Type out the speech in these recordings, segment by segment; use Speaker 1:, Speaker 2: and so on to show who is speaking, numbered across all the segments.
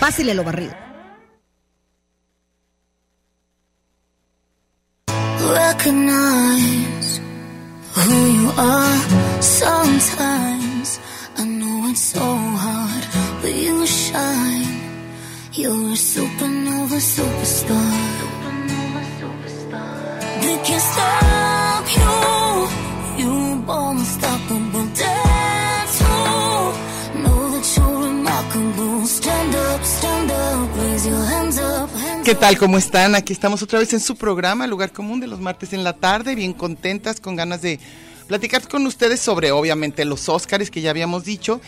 Speaker 1: Pásele lo barrido.
Speaker 2: recognize who you are sometimes. I know it's so hard, but you shine. You're a supernova superstar. They can't stop you. You're born unstoppable. Dance hall. Know that you're remarkable. Stand up, stand up. Raise your hands up. Hands
Speaker 3: ¿Qué tal? ¿Cómo están? Aquí estamos otra vez en su programa, Lugar Común de los martes en la tarde, bien contentas, con ganas de platicar con ustedes sobre, obviamente, los Óscares que ya habíamos dicho.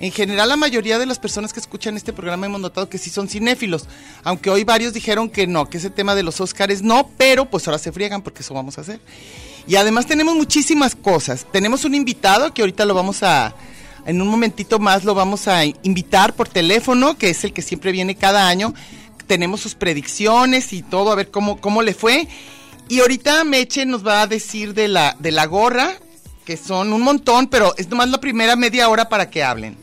Speaker 3: En general, la mayoría de las personas que escuchan este programa hemos notado que sí son cinéfilos, aunque hoy varios dijeron que no, que ese tema de los Óscares no, pero pues ahora se friegan porque eso vamos a hacer. Y además tenemos muchísimas cosas. Tenemos un invitado que ahorita lo vamos a, en un momentito más lo vamos a invitar por teléfono, que es el que siempre viene cada año. Tenemos sus predicciones y todo, a ver cómo, cómo le fue. Y ahorita Meche nos va a decir de la, de la gorra, que son un montón, pero es nomás la primera media hora para que hablen.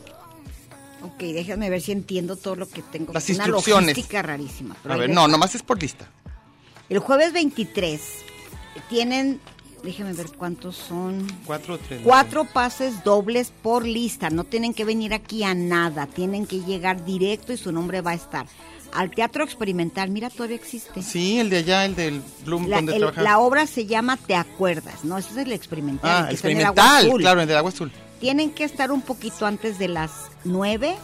Speaker 1: Ok, déjame ver si entiendo todo lo que tengo.
Speaker 3: Las
Speaker 1: Una
Speaker 3: instrucciones.
Speaker 1: logística rarísima. pero
Speaker 3: A
Speaker 1: ahí
Speaker 3: ver,
Speaker 1: les
Speaker 3: no,
Speaker 1: va.
Speaker 3: nomás es por lista.
Speaker 1: El jueves 23 tienen, déjame ver cuántos son.
Speaker 3: Cuatro o tres.
Speaker 1: Cuatro pases dobles por lista. No tienen que venir aquí a nada. Tienen que llegar directo y su nombre va a estar. Al Teatro Experimental, mira, todavía existe.
Speaker 3: Sí, el de allá, el del Bloom,
Speaker 1: La,
Speaker 3: donde
Speaker 1: el-
Speaker 3: trabaja.
Speaker 1: la obra se llama Te Acuerdas, ¿no? Ese es el experimental.
Speaker 3: ah,
Speaker 1: el que está en el Agua
Speaker 3: experimental,
Speaker 1: Azul.
Speaker 3: claro, el del agua azul.
Speaker 1: Tienen que estar un poquito antes de las 9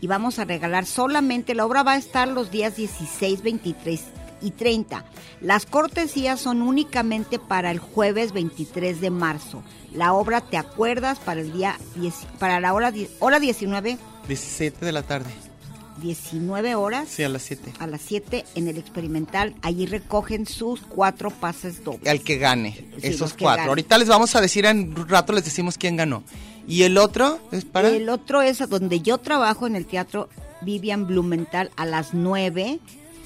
Speaker 1: y vamos a regalar solamente, la obra va a estar los días 16, 23 y 30. Las cortesías son únicamente para el jueves 23 de marzo. La obra te acuerdas para el día 10, para la hora, die- hora 19,
Speaker 3: 17 de la tarde.
Speaker 1: 19 horas
Speaker 3: Sí, a las 7.
Speaker 1: a las 7 en el experimental. Allí recogen sus cuatro pases dobles.
Speaker 3: al que gane
Speaker 1: Sí, los
Speaker 3: esos
Speaker 1: que
Speaker 3: cuatro.
Speaker 1: ganen.
Speaker 3: Ahorita les vamos a decir en un rato les decimos quién ganó. Y el otro es para
Speaker 1: El otro es a donde yo trabajo en el teatro Vivian Blumenthal a las 9,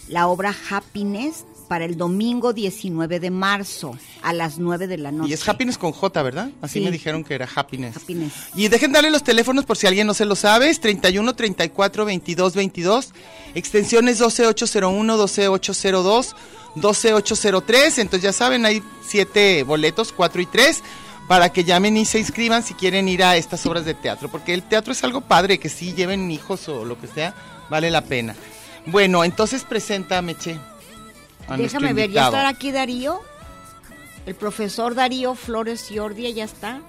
Speaker 1: la obra Happiness para el domingo 19 de marzo a las 9 de la noche.
Speaker 3: y es Happiness con J, ¿verdad? Así
Speaker 1: Sí.
Speaker 3: me dijeron que era Happiness.
Speaker 1: Happiness.
Speaker 3: Y dejen darle los teléfonos por si alguien no se lo sabe, es 31 34 22 22, extensiones 12801, 12802, 12803, entonces ya saben, hay siete boletos, 4 y 3 para que llamen y se inscriban si quieren ir a estas obras de teatro, porque el teatro es algo padre, que si lleven hijos o lo que sea, vale la pena. Bueno, entonces presenta Meche. a Ah, nuestro
Speaker 1: Déjame ver, ¿ya
Speaker 3: invitado.
Speaker 1: estará aquí Darío? El profesor Darío Flores Yordia ya está.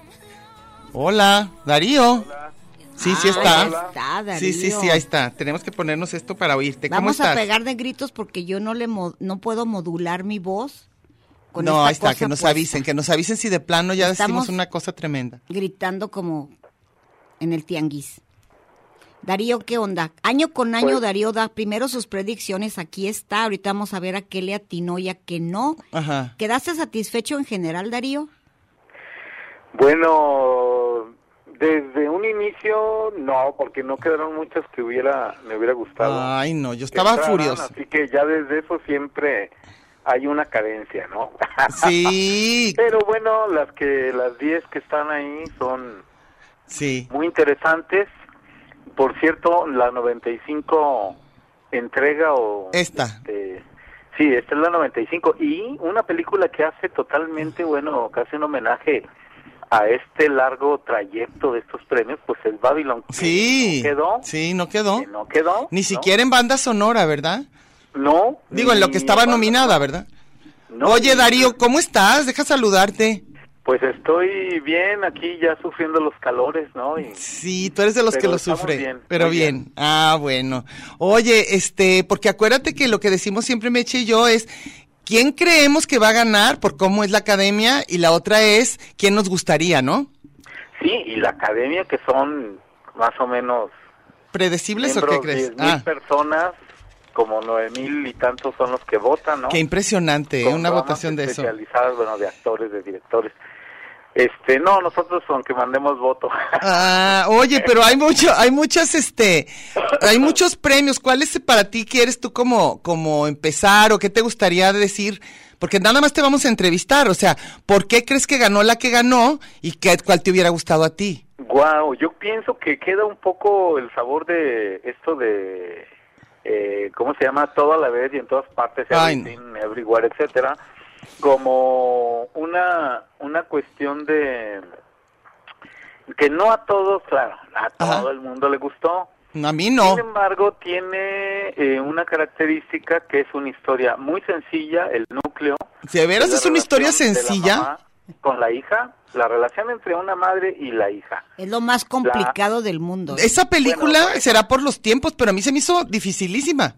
Speaker 3: Hola, Darío. Sí, sí
Speaker 1: Ah,
Speaker 3: está.
Speaker 1: ya está, Darío.
Speaker 3: Sí, sí, sí, ahí está. Tenemos que ponernos esto para oírte. ¿Cómo
Speaker 1: Vamos
Speaker 3: estás?
Speaker 1: a pegar de gritos porque yo no le mo- no puedo modular mi voz. Con
Speaker 3: no,
Speaker 1: esta
Speaker 3: ahí está,
Speaker 1: cosa
Speaker 3: que nos
Speaker 1: puesta.
Speaker 3: avisen, que nos avisen si de plano ya
Speaker 1: Estamos-
Speaker 3: decimos una cosa tremenda.
Speaker 1: gritando como en el tianguis. Darío, ¿qué onda? Año con año
Speaker 4: Pues-
Speaker 1: Darío da primero sus predicciones, aquí está, ahorita vamos a ver a qué le atinó y a qué no.
Speaker 3: Ajá.
Speaker 1: ¿Quedaste satisfecho en general, Darío?
Speaker 4: Bueno, desde un inicio no, porque no quedaron muchas que hubiera me hubiera gustado.
Speaker 3: Ay, no, yo
Speaker 4: Que
Speaker 3: estaba
Speaker 4: entraran,
Speaker 3: Ah, furioso.
Speaker 4: Así que ya desde eso siempre hay una carencia, ¿no?
Speaker 3: Sí,
Speaker 4: Pero bueno, las que las 10 que están ahí son
Speaker 3: sí.
Speaker 4: muy interesantes. Por cierto, la 95 entrega o
Speaker 3: Esta.
Speaker 4: este, sí, esta es la 95 y una película que hace totalmente, bueno, casi un homenaje a este largo trayecto de estos premios, pues es Babylon. que
Speaker 3: Sí.
Speaker 4: no quedó.
Speaker 3: Sí, no quedó.
Speaker 4: que no quedó.
Speaker 3: Ni
Speaker 4: ¿no?
Speaker 3: siquiera en banda sonora, ¿verdad?
Speaker 4: No.
Speaker 3: Digo, en lo
Speaker 4: ni
Speaker 3: que estaba
Speaker 1: pues,
Speaker 4: banda-
Speaker 3: nominada, ¿verdad?
Speaker 4: no,
Speaker 3: Oye,
Speaker 4: ni-
Speaker 3: Darío, ¿cómo estás? Deja saludarte.
Speaker 4: Pues estoy bien aquí ya sufriendo los calores, ¿no? Y
Speaker 3: Sí, tú eres de los
Speaker 4: Pero
Speaker 3: que lo
Speaker 4: estamos
Speaker 3: sufre,
Speaker 4: bien,
Speaker 3: pero
Speaker 4: muy
Speaker 3: bien.
Speaker 4: bien.
Speaker 3: Ah, bueno. Oye, este, porque acuérdate que lo que decimos siempre Meche y yo es quién creemos que va a ganar por cómo es la academia y la otra es quién nos gustaría, ¿no?
Speaker 4: sí, y la academia que son más o menos
Speaker 3: ¿Predecibles o qué
Speaker 4: miembros,
Speaker 3: crees?
Speaker 4: 10,000
Speaker 3: Ah,
Speaker 4: personas, como nueve mil y tantos son los que votan, ¿no?
Speaker 3: qué impresionante,
Speaker 4: Con
Speaker 3: ¿eh? una
Speaker 4: ramas
Speaker 3: votación de eso.
Speaker 4: especializadas, bueno, de actores, de directores. Este, no, nosotros aunque mandemos voto.
Speaker 3: Ah, oye, pero hay mucho, hay muchas, este, hay muchos premios. ¿Cuál es para ti que eres tú como, como empezar o qué te gustaría decir? Porque nada más te vamos a entrevistar, o sea, ¿por qué crees que ganó la que ganó y qué, cuál te hubiera gustado a ti?
Speaker 4: Guau, yo pienso que queda un poco el sabor de esto de eh, ¿cómo se llama? Todo a la vez y en todas partes,
Speaker 3: Ay, no.
Speaker 4: everything, everywhere, etcétera, como una una cuestión de que no a todos, claro, a todo
Speaker 3: Ajá.
Speaker 4: el mundo le gustó.
Speaker 3: A mí no.
Speaker 4: Sin embargo, tiene eh, una característica que es una historia muy sencilla, el núcleo.
Speaker 3: ¿De veras
Speaker 4: la
Speaker 3: es una historia
Speaker 4: relación de la
Speaker 3: sencilla?
Speaker 4: mamá con la hija, la relación entre una madre y la hija.
Speaker 1: Es lo más complicado del mundo. ¿eh?
Speaker 3: Esa película
Speaker 4: Bueno,
Speaker 3: será por los tiempos, pero a mí se me hizo dificilísima.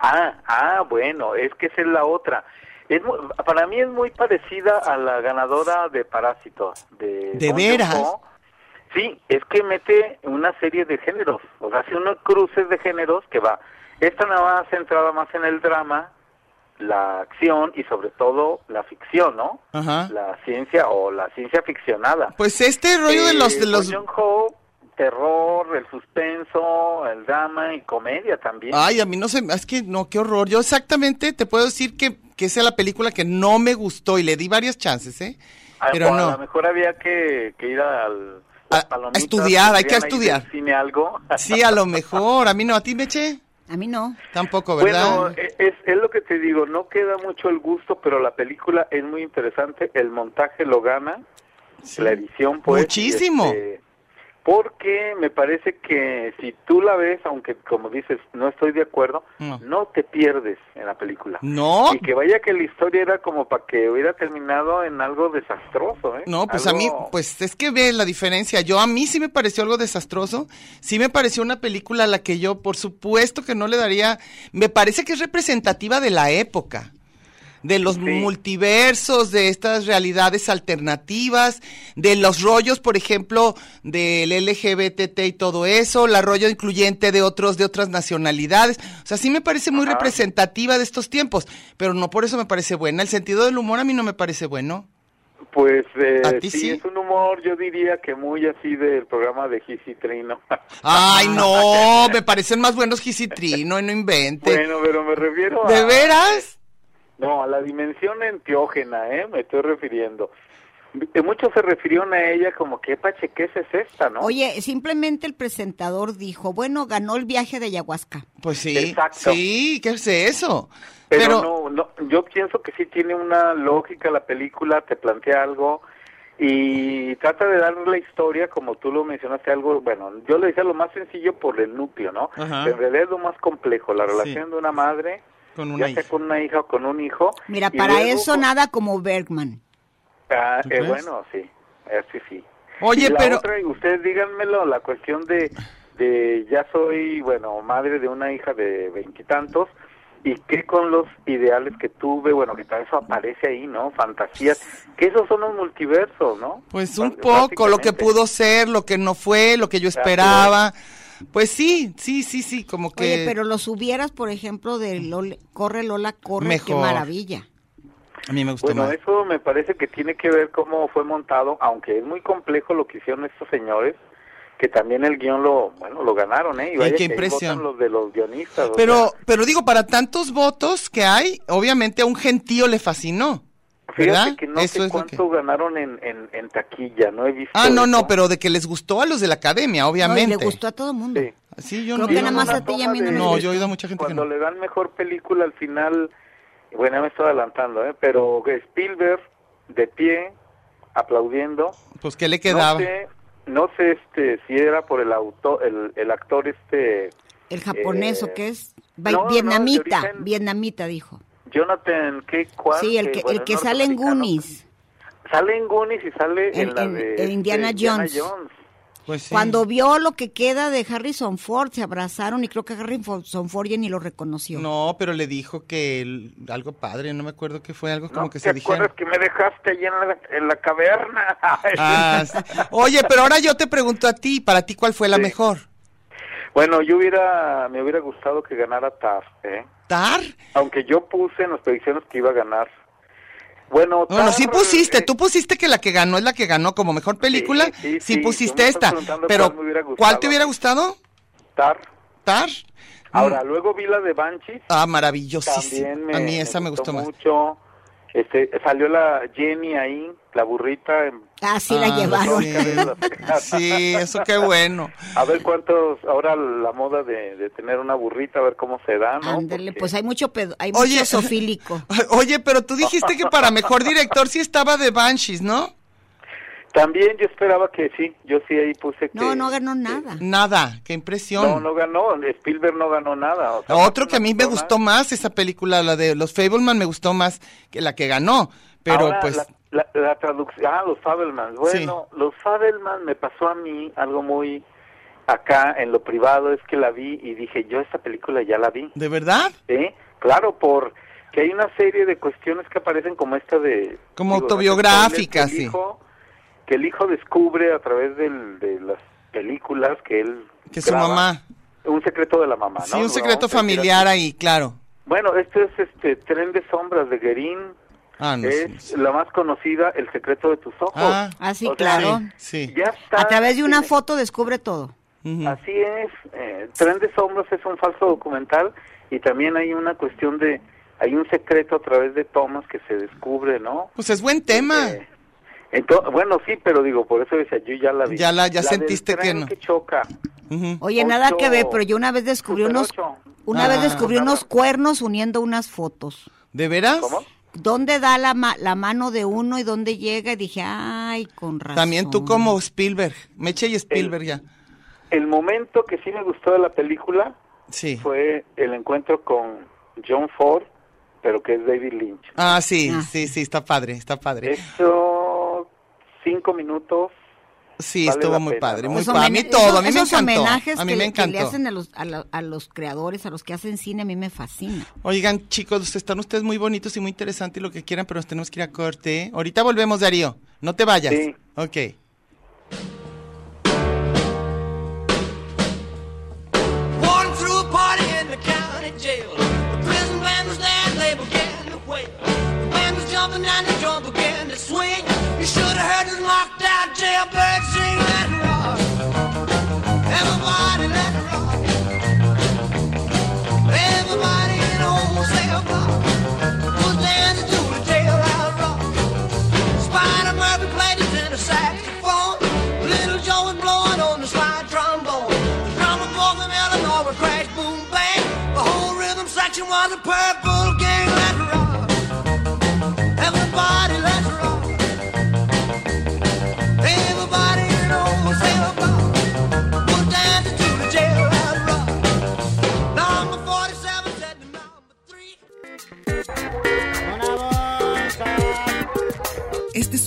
Speaker 4: Ah, ah, bueno, es que esa es la otra. Es mu- para mí es muy parecida a la ganadora de Parásitos. ¿De,
Speaker 3: ¿De
Speaker 4: Bong
Speaker 3: veras?
Speaker 4: Joon-ho. Sí, es que mete una serie de géneros, o sea, hace unos cruces de géneros que va. Esta nada más centrada más en el drama, la acción y sobre todo la ficción, ¿no?
Speaker 3: Ajá.
Speaker 4: La ciencia o la ciencia ficcionada.
Speaker 3: Pues este rollo de
Speaker 4: Eh,
Speaker 3: los, de los,
Speaker 4: Bong Joon-ho, terror, el suspenso, el drama y comedia también.
Speaker 3: Ay, a mí no sé, es que no, qué horror. Yo exactamente te puedo decir que, que esa es la película que no me gustó y le di varias chances, ¿eh?
Speaker 4: Ah,
Speaker 3: Pero
Speaker 4: o a lo
Speaker 3: no.
Speaker 4: mejor había que, que ir al
Speaker 3: A-
Speaker 4: las
Speaker 3: a
Speaker 4: palomitas,
Speaker 3: estudiar, hay que
Speaker 4: podrían ir
Speaker 3: estudiar.
Speaker 4: del Cine algo.
Speaker 3: Sí, a lo mejor. A mí no, a ti, Meche,
Speaker 1: A mí no.
Speaker 3: tampoco, ¿verdad?
Speaker 4: bueno, e- es, es lo que te digo, no queda mucho el gusto, pero la película es muy interesante, el montaje lo gana,
Speaker 3: Sí.
Speaker 4: la edición pues. y
Speaker 3: Muchísimo.
Speaker 4: este, porque me parece que si tú la ves, aunque como dices, no estoy de acuerdo,
Speaker 3: No.
Speaker 4: no, te pierdes en la película.
Speaker 3: No.
Speaker 4: Y que vaya que la historia era como para que hubiera terminado en algo desastroso, ¿eh?
Speaker 3: No, pues a
Speaker 4: Algo-
Speaker 3: mí, pues es que ve la diferencia. Yo a mí sí me pareció algo desastroso. Sí me pareció una película a la que yo, por supuesto, que no le daría. Me parece que es representativa de la época, de los multiversos, de estas realidades alternativas, de los rollos, por ejemplo, del LGBTT y todo eso, la rollo incluyente de otros, de otras nacionalidades. O sea, sí me parece muy
Speaker 4: Ajá.
Speaker 3: representativa de estos tiempos, pero no por eso me parece buena. El sentido del humor a mí no me parece bueno.
Speaker 4: Pues eh,
Speaker 3: ¿A ti
Speaker 4: sí,
Speaker 3: sí?
Speaker 4: es un humor, yo diría que muy así del programa de Gis y Trino.
Speaker 3: Ay, no, me parecen más buenos Gis y Trino, y no invente.
Speaker 4: bueno, ah, pero me refiero a...
Speaker 3: ¿De veras?
Speaker 4: No, a la dimensión enteógena, ¿eh? Me estoy refiriendo. Eh, Muchos se refirieron a ella como, ¿qué pachequez es esta, no?
Speaker 1: Oye, simplemente el presentador dijo, bueno, ganó el viaje de ayahuasca.
Speaker 3: Pues sí,
Speaker 4: Exacto.
Speaker 3: sí, ¿qué es eso?
Speaker 4: pero,
Speaker 3: Pero,
Speaker 4: no, no, yo pienso que sí tiene una lógica la película, te plantea algo y trata de darle la historia, como tú lo mencionaste, algo, bueno, yo le decía lo más sencillo por el núcleo, ¿no?
Speaker 3: Ajá.
Speaker 4: Pero En realidad es lo más complejo, la
Speaker 3: Sí.
Speaker 4: relación de una madre
Speaker 3: con una
Speaker 4: ya sea
Speaker 3: hija.
Speaker 4: con una hija o con un hijo.
Speaker 1: Mira,
Speaker 4: y
Speaker 1: para
Speaker 4: luego
Speaker 1: eso
Speaker 4: con-
Speaker 1: nada como Bergman.
Speaker 4: Ah,
Speaker 3: ¿Tú
Speaker 4: eh,
Speaker 3: crees?
Speaker 4: bueno, sí, así sí.
Speaker 3: Oye,
Speaker 4: Y la
Speaker 3: pero-
Speaker 4: otra, y ustedes díganmelo, la cuestión de, de ya soy, bueno, madre de una hija de veintitantos, y, qué con los ideales que tuve, bueno, que todo eso aparece ahí, ¿no? Fantasías, que esos son los multiversos, ¿no?
Speaker 3: Pues un
Speaker 4: Bás-
Speaker 3: poco, lo que
Speaker 4: básicamente.
Speaker 3: pudo ser, lo que no fue, lo que yo esperaba. Pues sí, sí, sí, sí, como que...
Speaker 1: Oye, pero los hubieras, por ejemplo, de Lol- Corre Lola, corre, qué
Speaker 3: Mejor.
Speaker 1: maravilla.
Speaker 3: A mí me gustó
Speaker 4: Bueno,
Speaker 3: más.
Speaker 4: eso me parece que tiene que ver cómo fue montado, aunque es muy complejo lo que hicieron estos señores, que también el guión lo, bueno, lo ganaron, ¿eh?
Speaker 3: Ay,
Speaker 4: Y vaya
Speaker 3: qué
Speaker 4: que ahí
Speaker 3: impresión.
Speaker 4: votan los de los guionistas. o
Speaker 3: Pero,
Speaker 4: sea,
Speaker 3: pero digo, para tantos votos que hay, obviamente a un gentío le fascinó,
Speaker 4: fíjate
Speaker 3: ¿verdad?
Speaker 4: que no
Speaker 3: Eso
Speaker 4: sé
Speaker 3: es lo que...
Speaker 4: cuánto ganaron en, en, en taquilla, no he visto.
Speaker 3: Ah, no,
Speaker 4: eso.
Speaker 3: no, pero de que les gustó a los de la academia,
Speaker 1: No, y
Speaker 3: obviamente.
Speaker 1: le gustó a todo el mundo.
Speaker 4: Sí.
Speaker 3: Sí, yo
Speaker 1: Creo
Speaker 3: no-
Speaker 1: que
Speaker 3: yo
Speaker 1: nada
Speaker 3: no-
Speaker 1: más
Speaker 3: no-
Speaker 1: a ti y a mí no nos
Speaker 4: Una
Speaker 3: No,
Speaker 4: toma de-
Speaker 3: yo he oído a mucha gente que
Speaker 4: Cuando
Speaker 3: no.
Speaker 4: le dan mejor película al final, bueno, me estoy adelantando, ¿eh? Pero Spielberg, de pie, aplaudiendo,
Speaker 3: Pues, ¿qué le quedaba?
Speaker 4: No sé, no sé este, si era por el, auto, el, el actor este...
Speaker 1: El japonés,
Speaker 4: Eh,
Speaker 1: ¿o qué es?
Speaker 4: no, no, de
Speaker 1: vietnamita,
Speaker 4: origen-
Speaker 1: vietnamita dijo.
Speaker 4: Jonathan K. Kwan,
Speaker 1: Sí, el que,
Speaker 4: bueno,
Speaker 1: el que
Speaker 4: es
Speaker 1: sale en
Speaker 4: norteamericano.
Speaker 1: Goonies.
Speaker 4: Sale en Goonies y sale en,
Speaker 1: En-
Speaker 4: la
Speaker 1: en-
Speaker 4: de este,
Speaker 1: en Indiana
Speaker 4: de
Speaker 1: Jones.
Speaker 3: Pues sí.
Speaker 1: Cuando vio lo que queda de Harrison Ford, se abrazaron y creo que Harrison Ford ya ni lo reconoció.
Speaker 3: No, pero le dijo que él- algo padre, no me acuerdo qué fue, algo como
Speaker 4: ¿No
Speaker 3: que
Speaker 4: te
Speaker 3: se
Speaker 4: acuerdas
Speaker 3: dijeron.
Speaker 4: que me dejaste allí en la, en la caverna?
Speaker 3: Ah, sí. Oye, pero ahora yo te pregunto a ti, para ti cuál fue la
Speaker 4: Sí.
Speaker 3: mejor?
Speaker 4: Bueno, yo hubiera, me hubiera gustado que ganara Tar, ¿eh?
Speaker 3: ¿Tar?
Speaker 4: Aunque yo puse en las predicciones que iba a ganar.
Speaker 3: Bueno,
Speaker 4: Bueno, Tar,
Speaker 3: sí pusiste,
Speaker 4: eh,
Speaker 3: tú pusiste que la que ganó es la que ganó como mejor película,
Speaker 4: Sí, sí,
Speaker 3: sí,
Speaker 4: sí, yo me
Speaker 3: pusiste
Speaker 4: estoy
Speaker 3: esta,
Speaker 4: preguntando
Speaker 3: pero
Speaker 4: cuál me hubiera gustado.
Speaker 3: ¿cuál te hubiera gustado?
Speaker 4: Tar.
Speaker 3: ¿Tar?
Speaker 4: Ahora,
Speaker 3: Mm.
Speaker 4: luego vi la de Banshees.
Speaker 3: Ah, maravillosísima.
Speaker 4: También me,
Speaker 3: a mí esa me gustó, más.
Speaker 4: mucho. Este, salió la Jenny ahí, la burrita. en-
Speaker 1: Así
Speaker 3: Ah,
Speaker 1: la llevaron.
Speaker 3: sí.
Speaker 4: llevaron.
Speaker 3: Sí, eso qué bueno.
Speaker 4: A ver cuántos, ahora la moda de, de tener una burrita, a ver cómo se da, ¿no?
Speaker 1: Ándale,
Speaker 4: Porque-
Speaker 1: pues hay mucho pedo, hay
Speaker 3: Oye.
Speaker 1: mucho sofílico.
Speaker 3: Oye, pero tú dijiste que para mejor director sí estaba de Banshees, ¿no?
Speaker 4: También yo esperaba que sí, yo sí ahí puse que...
Speaker 1: No, no ganó nada.
Speaker 3: Nada, qué impresión.
Speaker 4: No, no ganó, Spielberg no ganó nada. o sea,
Speaker 3: Otro
Speaker 4: no
Speaker 3: que a mí me
Speaker 4: ganó nada.
Speaker 3: gustó más, esa película, la de los Fableman, me gustó más que la que ganó. Pero
Speaker 4: Ahora,
Speaker 3: pues,
Speaker 4: La, la- la traducción, ah, los Fabelmans. Bueno, los Fabelmans me pasó a mí algo muy acá en lo privado, es que la vi y dije, yo esta película ya la vi.
Speaker 3: ¿de verdad?
Speaker 4: ¿Sí? Claro, por que hay una serie de cuestiones que aparecen como esta de...
Speaker 3: Como
Speaker 4: no sé,
Speaker 3: autobiográficas,
Speaker 4: que el
Speaker 3: sí.
Speaker 4: hijo- que el hijo descubre a través del- de las películas que él...
Speaker 3: Que su
Speaker 4: graba.
Speaker 3: mamá.
Speaker 4: Un secreto de la mamá,
Speaker 3: Sí,
Speaker 4: Ah, ¿no?
Speaker 3: un
Speaker 4: Lo
Speaker 3: secreto
Speaker 4: vamos a decir
Speaker 3: familiar
Speaker 4: así.
Speaker 3: ahí, claro.
Speaker 4: Bueno, esto es este Tren de Sombras de Guerín.
Speaker 3: Ah, no. sí,
Speaker 4: es
Speaker 3: sí.
Speaker 4: la más conocida, El secreto de tus ojos.
Speaker 3: Ah.
Speaker 1: Ah, sí,
Speaker 4: O sea,
Speaker 1: claro.
Speaker 3: Sí.
Speaker 4: Ya está.
Speaker 1: A través de una
Speaker 4: Tiene-
Speaker 1: foto descubre todo.
Speaker 3: Ujú.
Speaker 4: Así es. eh, Tren de Sombras es un falso documental y también hay una cuestión de. Hay un secreto a través de tomas que se descubre, ¿no?
Speaker 3: Pues es buen tema.
Speaker 4: Eh, ento- bueno, sí, pero digo, por eso decía, yo ya la vi.
Speaker 3: Ya la- ya
Speaker 4: del
Speaker 3: sentiste que
Speaker 4: tren
Speaker 3: no.
Speaker 4: que choca.
Speaker 3: Ujú.
Speaker 1: Oye, nada
Speaker 4: Ocho.
Speaker 1: que ver, pero yo una vez descubrí
Speaker 4: Super
Speaker 1: unos
Speaker 4: ocho.
Speaker 1: una
Speaker 3: Ah.
Speaker 1: vez descubrí unos
Speaker 4: Nada.
Speaker 1: cuernos uniendo unas fotos.
Speaker 3: ¿De veras?
Speaker 4: ¿Cómo?
Speaker 1: ¿Dónde da la, ma- la mano de uno y dónde llega? Y dije, ay, con razón.
Speaker 3: También tú como Spielberg, Meche y Spielberg ya.
Speaker 4: El momento que sí me gustó de la película
Speaker 3: Sí.
Speaker 4: fue el encuentro con John Ford, pero que es David Lynch.
Speaker 3: Ah, sí,
Speaker 1: Ah.
Speaker 3: sí, sí, está padre, está padre.
Speaker 4: Eso, cinco minutos.
Speaker 3: Sí,
Speaker 4: vale
Speaker 3: estuvo
Speaker 4: la
Speaker 3: muy
Speaker 4: pena,
Speaker 3: padre,
Speaker 4: ¿no?
Speaker 3: muy
Speaker 1: Los
Speaker 3: padre. A mí
Speaker 1: homenajes-
Speaker 3: todo, a mí me
Speaker 1: esos
Speaker 3: encantó.
Speaker 1: homenajes
Speaker 3: A mí
Speaker 1: que,
Speaker 3: me
Speaker 1: le- que le
Speaker 3: encantó.
Speaker 1: hacen a los, a, la- a los creadores, a los que hacen cine, a mí me fascina.
Speaker 3: Oigan, chicos, están ustedes muy bonitos y muy interesantes y lo que quieran, pero nos tenemos que ir a corte. Ahorita volvemos, Darío. No te vayas.
Speaker 4: Sí.
Speaker 3: Ok.
Speaker 5: Warden threw a party in the county jail. The prison band was there and they began to wail. The band was jumping and the drum began to swing. You should have heard this knocked out jailbird sing. Let it rock. Everybody let it rock. Everybody in the whole cell block was dancing to the jail rock. Spider Murphy played his inner saxophone. Little Joe was blowing on the slide trombone. The drummer boy from Illinois would crash, boom, bang. The whole rhythm section was a purple gang. Let's rock. Everybody, let's rock. Everybody in the whole cell block was dancing to the jail rock. Number 47 said to number 3.
Speaker 6: Este es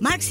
Speaker 1: Marx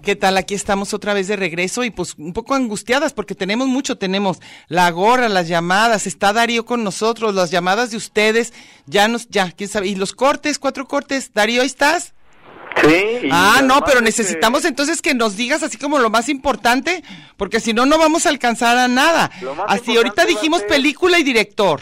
Speaker 3: ¿Qué tal? Aquí estamos otra vez de regreso y pues un poco angustiadas porque tenemos mucho, tenemos la gorra, las llamadas, está Darío con nosotros, las llamadas de ustedes, ya nos, ya, quién sabe, y los cortes, cuatro cortes, Darío, ¿ahí ¿estás?
Speaker 4: Sí. y
Speaker 3: Ah, no,
Speaker 4: además
Speaker 3: pero
Speaker 4: este,
Speaker 3: necesitamos entonces que nos digas así como lo más importante, porque si no, no vamos a alcanzar a nada.
Speaker 4: Lo más
Speaker 3: Así, ahorita
Speaker 4: importante va a
Speaker 3: dijimos
Speaker 4: ser-
Speaker 3: película y director.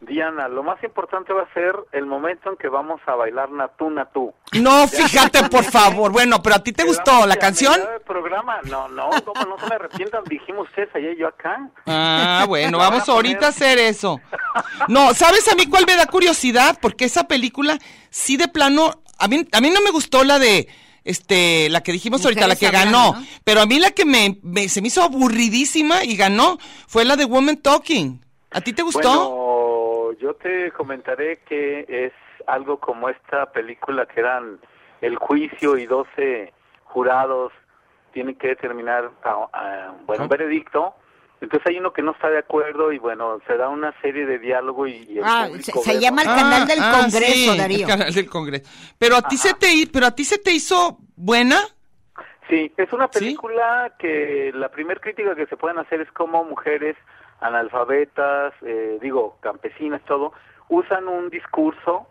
Speaker 4: Diana, lo más importante va a ser el momento en que vamos a bailar Natú Natú.
Speaker 3: No, fíjate, por favor. Bueno, pero a ti te gustó
Speaker 4: Quedamos
Speaker 3: la
Speaker 4: que a
Speaker 3: canción.
Speaker 4: mitad del programa? No, no, ¿cómo no se me arrepientan? Dijimos ustedes allá y yo acá.
Speaker 3: Ah, bueno,
Speaker 4: Ahora
Speaker 3: vamos
Speaker 4: poner-
Speaker 3: ahorita a hacer eso. No, ¿sabes a mí cuál me da curiosidad? Porque esa película sí de plano, a mí, a mí no me gustó la de, este, la que dijimos ahorita, la que
Speaker 1: Mujeres
Speaker 3: ganó,
Speaker 1: hablando, ¿no?
Speaker 3: pero a mí la que me, me- se me hizo aburridísima y ganó fue la de Woman Talking. ¿A ti te gustó?
Speaker 4: Bueno, yo te comentaré que es algo como esta película que eran el juicio y 12 jurados tienen que determinar ah, ah, bueno, un veredicto. Entonces hay uno que no está de acuerdo y bueno, se da una serie de diálogo y, y el
Speaker 1: Ah, se-
Speaker 4: público ve,
Speaker 1: se
Speaker 4: ¿no?
Speaker 1: llama el canal del Congreso,
Speaker 3: Ah, sí,
Speaker 1: Darío.
Speaker 3: El canal del Congreso. Pero a ti se te, hi- pero a ti se te hizo buena.
Speaker 4: Sí, es una
Speaker 3: ¿Sí?
Speaker 4: película que la primer crítica que se pueden hacer es cómo mujeres analfabetas, eh, digo, campesinas, todo, usan un discurso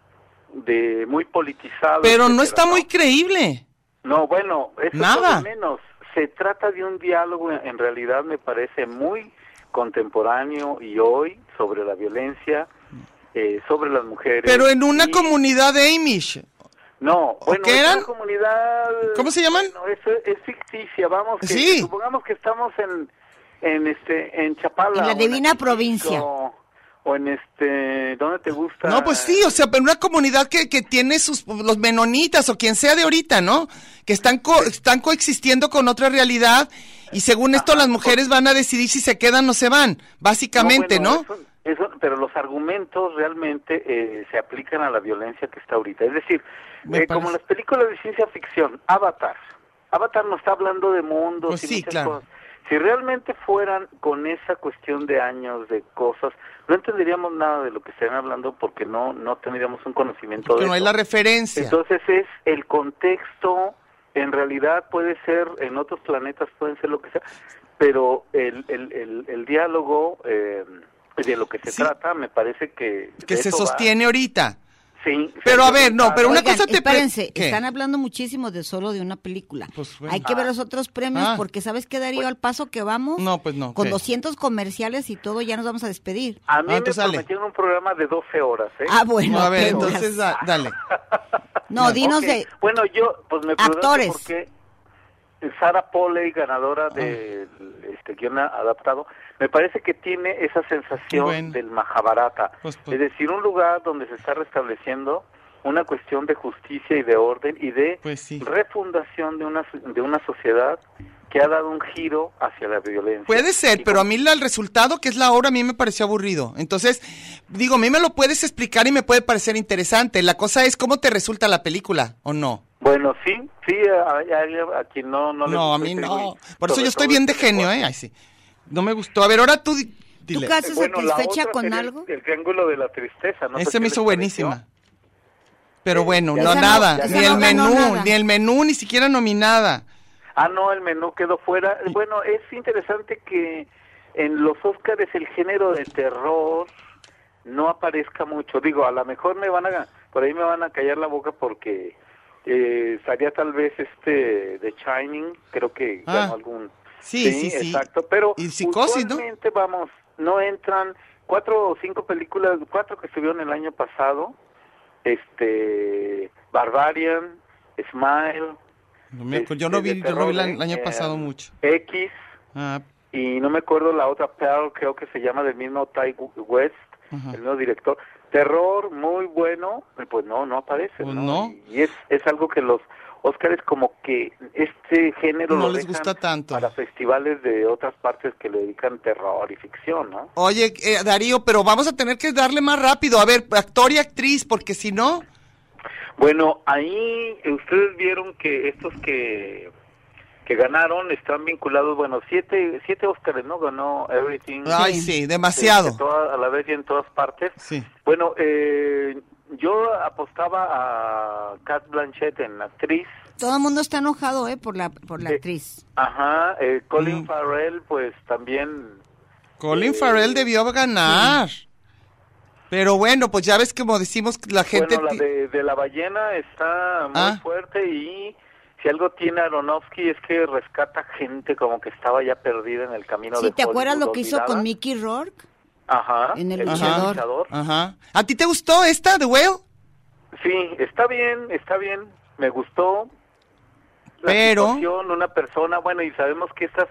Speaker 4: de muy politizado.
Speaker 3: Pero no
Speaker 4: etcétera,
Speaker 3: está muy creíble.
Speaker 4: No, bueno, eso
Speaker 3: Nada.
Speaker 4: es lo de menos. Se trata de un diálogo, en realidad me parece muy contemporáneo y hoy sobre la violencia, eh, sobre las mujeres.
Speaker 3: Pero en una
Speaker 4: Y-
Speaker 3: comunidad de Amish.
Speaker 4: No, bueno,
Speaker 3: qué
Speaker 4: es
Speaker 3: eran?
Speaker 4: una comunidad...
Speaker 3: ¿Cómo se llaman?
Speaker 4: No, es, es ficticia, vamos, que
Speaker 3: Sí.
Speaker 4: supongamos que estamos en, en, este, en Chapala.
Speaker 1: En la
Speaker 4: o
Speaker 1: divina
Speaker 4: Apixico,
Speaker 1: provincia.
Speaker 4: O en este, ¿dónde te gusta?
Speaker 3: No, pues sí, o sea, pero una comunidad que, que tiene sus los menonitas o quien sea de ahorita, ¿no? Que están co- están coexistiendo con otra realidad y según esto las mujeres van a decidir si se quedan o se van, básicamente, ¿no?
Speaker 4: bueno, eso- eso- pero los argumentos realmente eh, se aplican a la violencia que está ahorita. Es decir,
Speaker 3: Me
Speaker 4: eh, como
Speaker 3: parece.
Speaker 4: las películas de ciencia ficción, Avatar. Avatar no está hablando de mundos
Speaker 3: Pues
Speaker 4: y
Speaker 3: sí,
Speaker 4: muchas
Speaker 3: claro.
Speaker 4: cosas. Si realmente fueran con esa cuestión de años, de cosas, no entenderíamos nada de lo que están hablando porque no no tendríamos un conocimiento
Speaker 3: Que
Speaker 4: de
Speaker 3: no es
Speaker 4: eso.
Speaker 3: la referencia.
Speaker 4: Entonces es el contexto, en realidad puede ser, en otros planetas pueden ser lo que sea, pero el, el, el, el diálogo eh, de lo que se
Speaker 3: Sí.
Speaker 4: trata me parece que...
Speaker 3: que
Speaker 4: de
Speaker 3: se
Speaker 4: eso va.
Speaker 3: sostiene ahorita.
Speaker 4: Sí.
Speaker 3: Pero
Speaker 4: sí,
Speaker 3: a ver, no,
Speaker 4: claro.
Speaker 3: pero una
Speaker 1: Oigan,
Speaker 3: cosa te pre-
Speaker 1: espérense,
Speaker 3: ¿Qué?
Speaker 1: están hablando muchísimo de solo de una película.
Speaker 3: Pues, bueno.
Speaker 1: Hay que ver los otros premios
Speaker 3: Ah.
Speaker 1: porque sabes que Darío al paso que vamos
Speaker 3: No, pues, no,
Speaker 1: con
Speaker 3: ¿qué?
Speaker 1: 200 comerciales y todo ya nos vamos a despedir.
Speaker 4: A mí
Speaker 3: Ah,
Speaker 4: me
Speaker 3: entonces dale.
Speaker 4: prometieron un programa de 12 horas, ¿eh?
Speaker 1: Ah, bueno,
Speaker 3: No, a ver,
Speaker 1: apenas.
Speaker 3: entonces da- dale.
Speaker 1: No, dinos
Speaker 4: Ok,
Speaker 1: de
Speaker 4: Bueno, yo, pues me pregunto
Speaker 1: Actores.
Speaker 4: por qué Sara Polley, ganadora
Speaker 3: Ah.
Speaker 4: de este guion adaptado, me parece que tiene esa
Speaker 3: Qué
Speaker 4: sensación
Speaker 3: bueno.
Speaker 4: del Mahabharata.
Speaker 3: Pues, pues.
Speaker 4: Es decir, un lugar donde se está restableciendo una cuestión de justicia y de orden y de
Speaker 3: Pues sí.
Speaker 4: refundación de una, de una sociedad que ha dado un giro hacia la violencia.
Speaker 3: Puede ser,
Speaker 4: Y
Speaker 3: pero a
Speaker 4: como-
Speaker 3: mí la- el resultado, que es la obra, a mí me pareció aburrido. Entonces, digo, a mí me lo puedes explicar y me puede parecer interesante. La cosa es cómo te resulta la película, ¿o no?
Speaker 4: Bueno, sí, sí, a, a- a- a quien no, no le
Speaker 3: No, a
Speaker 4: gusta
Speaker 3: mí
Speaker 4: ese
Speaker 3: no.
Speaker 4: güey,
Speaker 3: Por eso
Speaker 4: sobre
Speaker 3: yo estoy
Speaker 4: todo
Speaker 3: bien de
Speaker 4: este
Speaker 3: genio,
Speaker 4: lenguaje.
Speaker 3: ¿eh? Ay, sí. No me gustó. A ver, ahora tú di-
Speaker 1: ¿Tú
Speaker 3: dile.
Speaker 1: qué haces
Speaker 4: Eh, Bueno, la
Speaker 1: satisfecha
Speaker 4: otra
Speaker 1: con
Speaker 4: sería el-
Speaker 1: algo?
Speaker 4: El triángulo de la tristeza, ¿no?
Speaker 3: Ese
Speaker 4: sé qué
Speaker 3: Este me
Speaker 4: les
Speaker 3: hizo
Speaker 4: pareció.
Speaker 3: buenísima. Pero
Speaker 4: Eh,
Speaker 3: bueno,
Speaker 4: ya
Speaker 3: no
Speaker 1: ganó-
Speaker 3: nada,
Speaker 1: ya ganó.
Speaker 3: ni el
Speaker 1: Ganó
Speaker 3: menú,
Speaker 1: nada.
Speaker 3: ni el menú, ni siquiera nominada.
Speaker 4: Ah, no, el menú quedó fuera. Bueno, es interesante que en los Óscares el género de terror no aparezca mucho. Digo, a lo mejor me van a, por ahí me van a callar la boca porque eh, estaría tal vez este de Shining, creo que
Speaker 3: Ah.
Speaker 4: ganó algún.
Speaker 3: Sí, sí, sí.
Speaker 4: Exacto, pero
Speaker 3: Y Psicosis, ¿no?
Speaker 4: usualmente, vamos, no entran cuatro o cinco películas, cuatro que estuvieron el año pasado, este, Barbarian, Smile,
Speaker 3: No me acuerdo, Yo no
Speaker 4: este,
Speaker 3: vi,
Speaker 4: de
Speaker 3: yo no vi la-
Speaker 4: terror,
Speaker 3: el año
Speaker 4: eh,
Speaker 3: pasado mucho.
Speaker 4: X,
Speaker 3: Ah,
Speaker 4: y no me acuerdo la otra, Pearl, creo que se llama del mismo Ty West,
Speaker 3: Ajá.
Speaker 4: el mismo director. Terror muy bueno, eh, pues no, no aparece.
Speaker 3: Pues
Speaker 4: ¿no?
Speaker 3: no.
Speaker 4: Y es, es algo que los Óscares como que este género
Speaker 3: No
Speaker 4: lo
Speaker 3: les
Speaker 4: dejan
Speaker 3: gusta tanto.
Speaker 4: Para festivales de otras partes que le dedican terror y ficción, ¿no?
Speaker 3: Oye, eh, Darío, pero vamos a tener que darle más rápido. A ver, actor y actriz, porque si no,
Speaker 4: Bueno, ahí ustedes vieron que estos que que ganaron están vinculados, bueno, siete, siete Óscares, ¿no? Ganó Everything.
Speaker 3: ay, sí, demasiado.
Speaker 4: Sí, que toda- a la vez y en todas partes.
Speaker 3: Sí.
Speaker 4: Bueno, eh, yo apostaba a Cat Blanchett en actriz.
Speaker 1: Todo el mundo está enojado, ¿eh? Por la, por la
Speaker 4: Eh,
Speaker 1: actriz.
Speaker 4: Ajá, eh, Colin
Speaker 3: Mm.
Speaker 4: Farrell, pues también.
Speaker 3: Colin Farrell debió ganar. Pero bueno, pues ya ves como decimos que la gente...
Speaker 4: bueno, la
Speaker 3: ti-
Speaker 4: de, de la ballena está muy
Speaker 3: Ah.
Speaker 4: fuerte y si algo tiene Aronofsky es que rescata gente como que estaba ya perdida en el camino de
Speaker 1: ¿Sí te acuerdas
Speaker 4: Hollywood,
Speaker 1: lo que hizo
Speaker 4: olvidada.
Speaker 1: con Mickey Rourke?
Speaker 4: Ajá.
Speaker 1: en el
Speaker 3: Ajá,
Speaker 1: luchador?
Speaker 3: ajá. ¿A ti te gustó esta, The Whale?
Speaker 4: Sí, está bien, está bien, me gustó. La
Speaker 3: Pero-
Speaker 4: situación, una persona, bueno, y sabemos que estas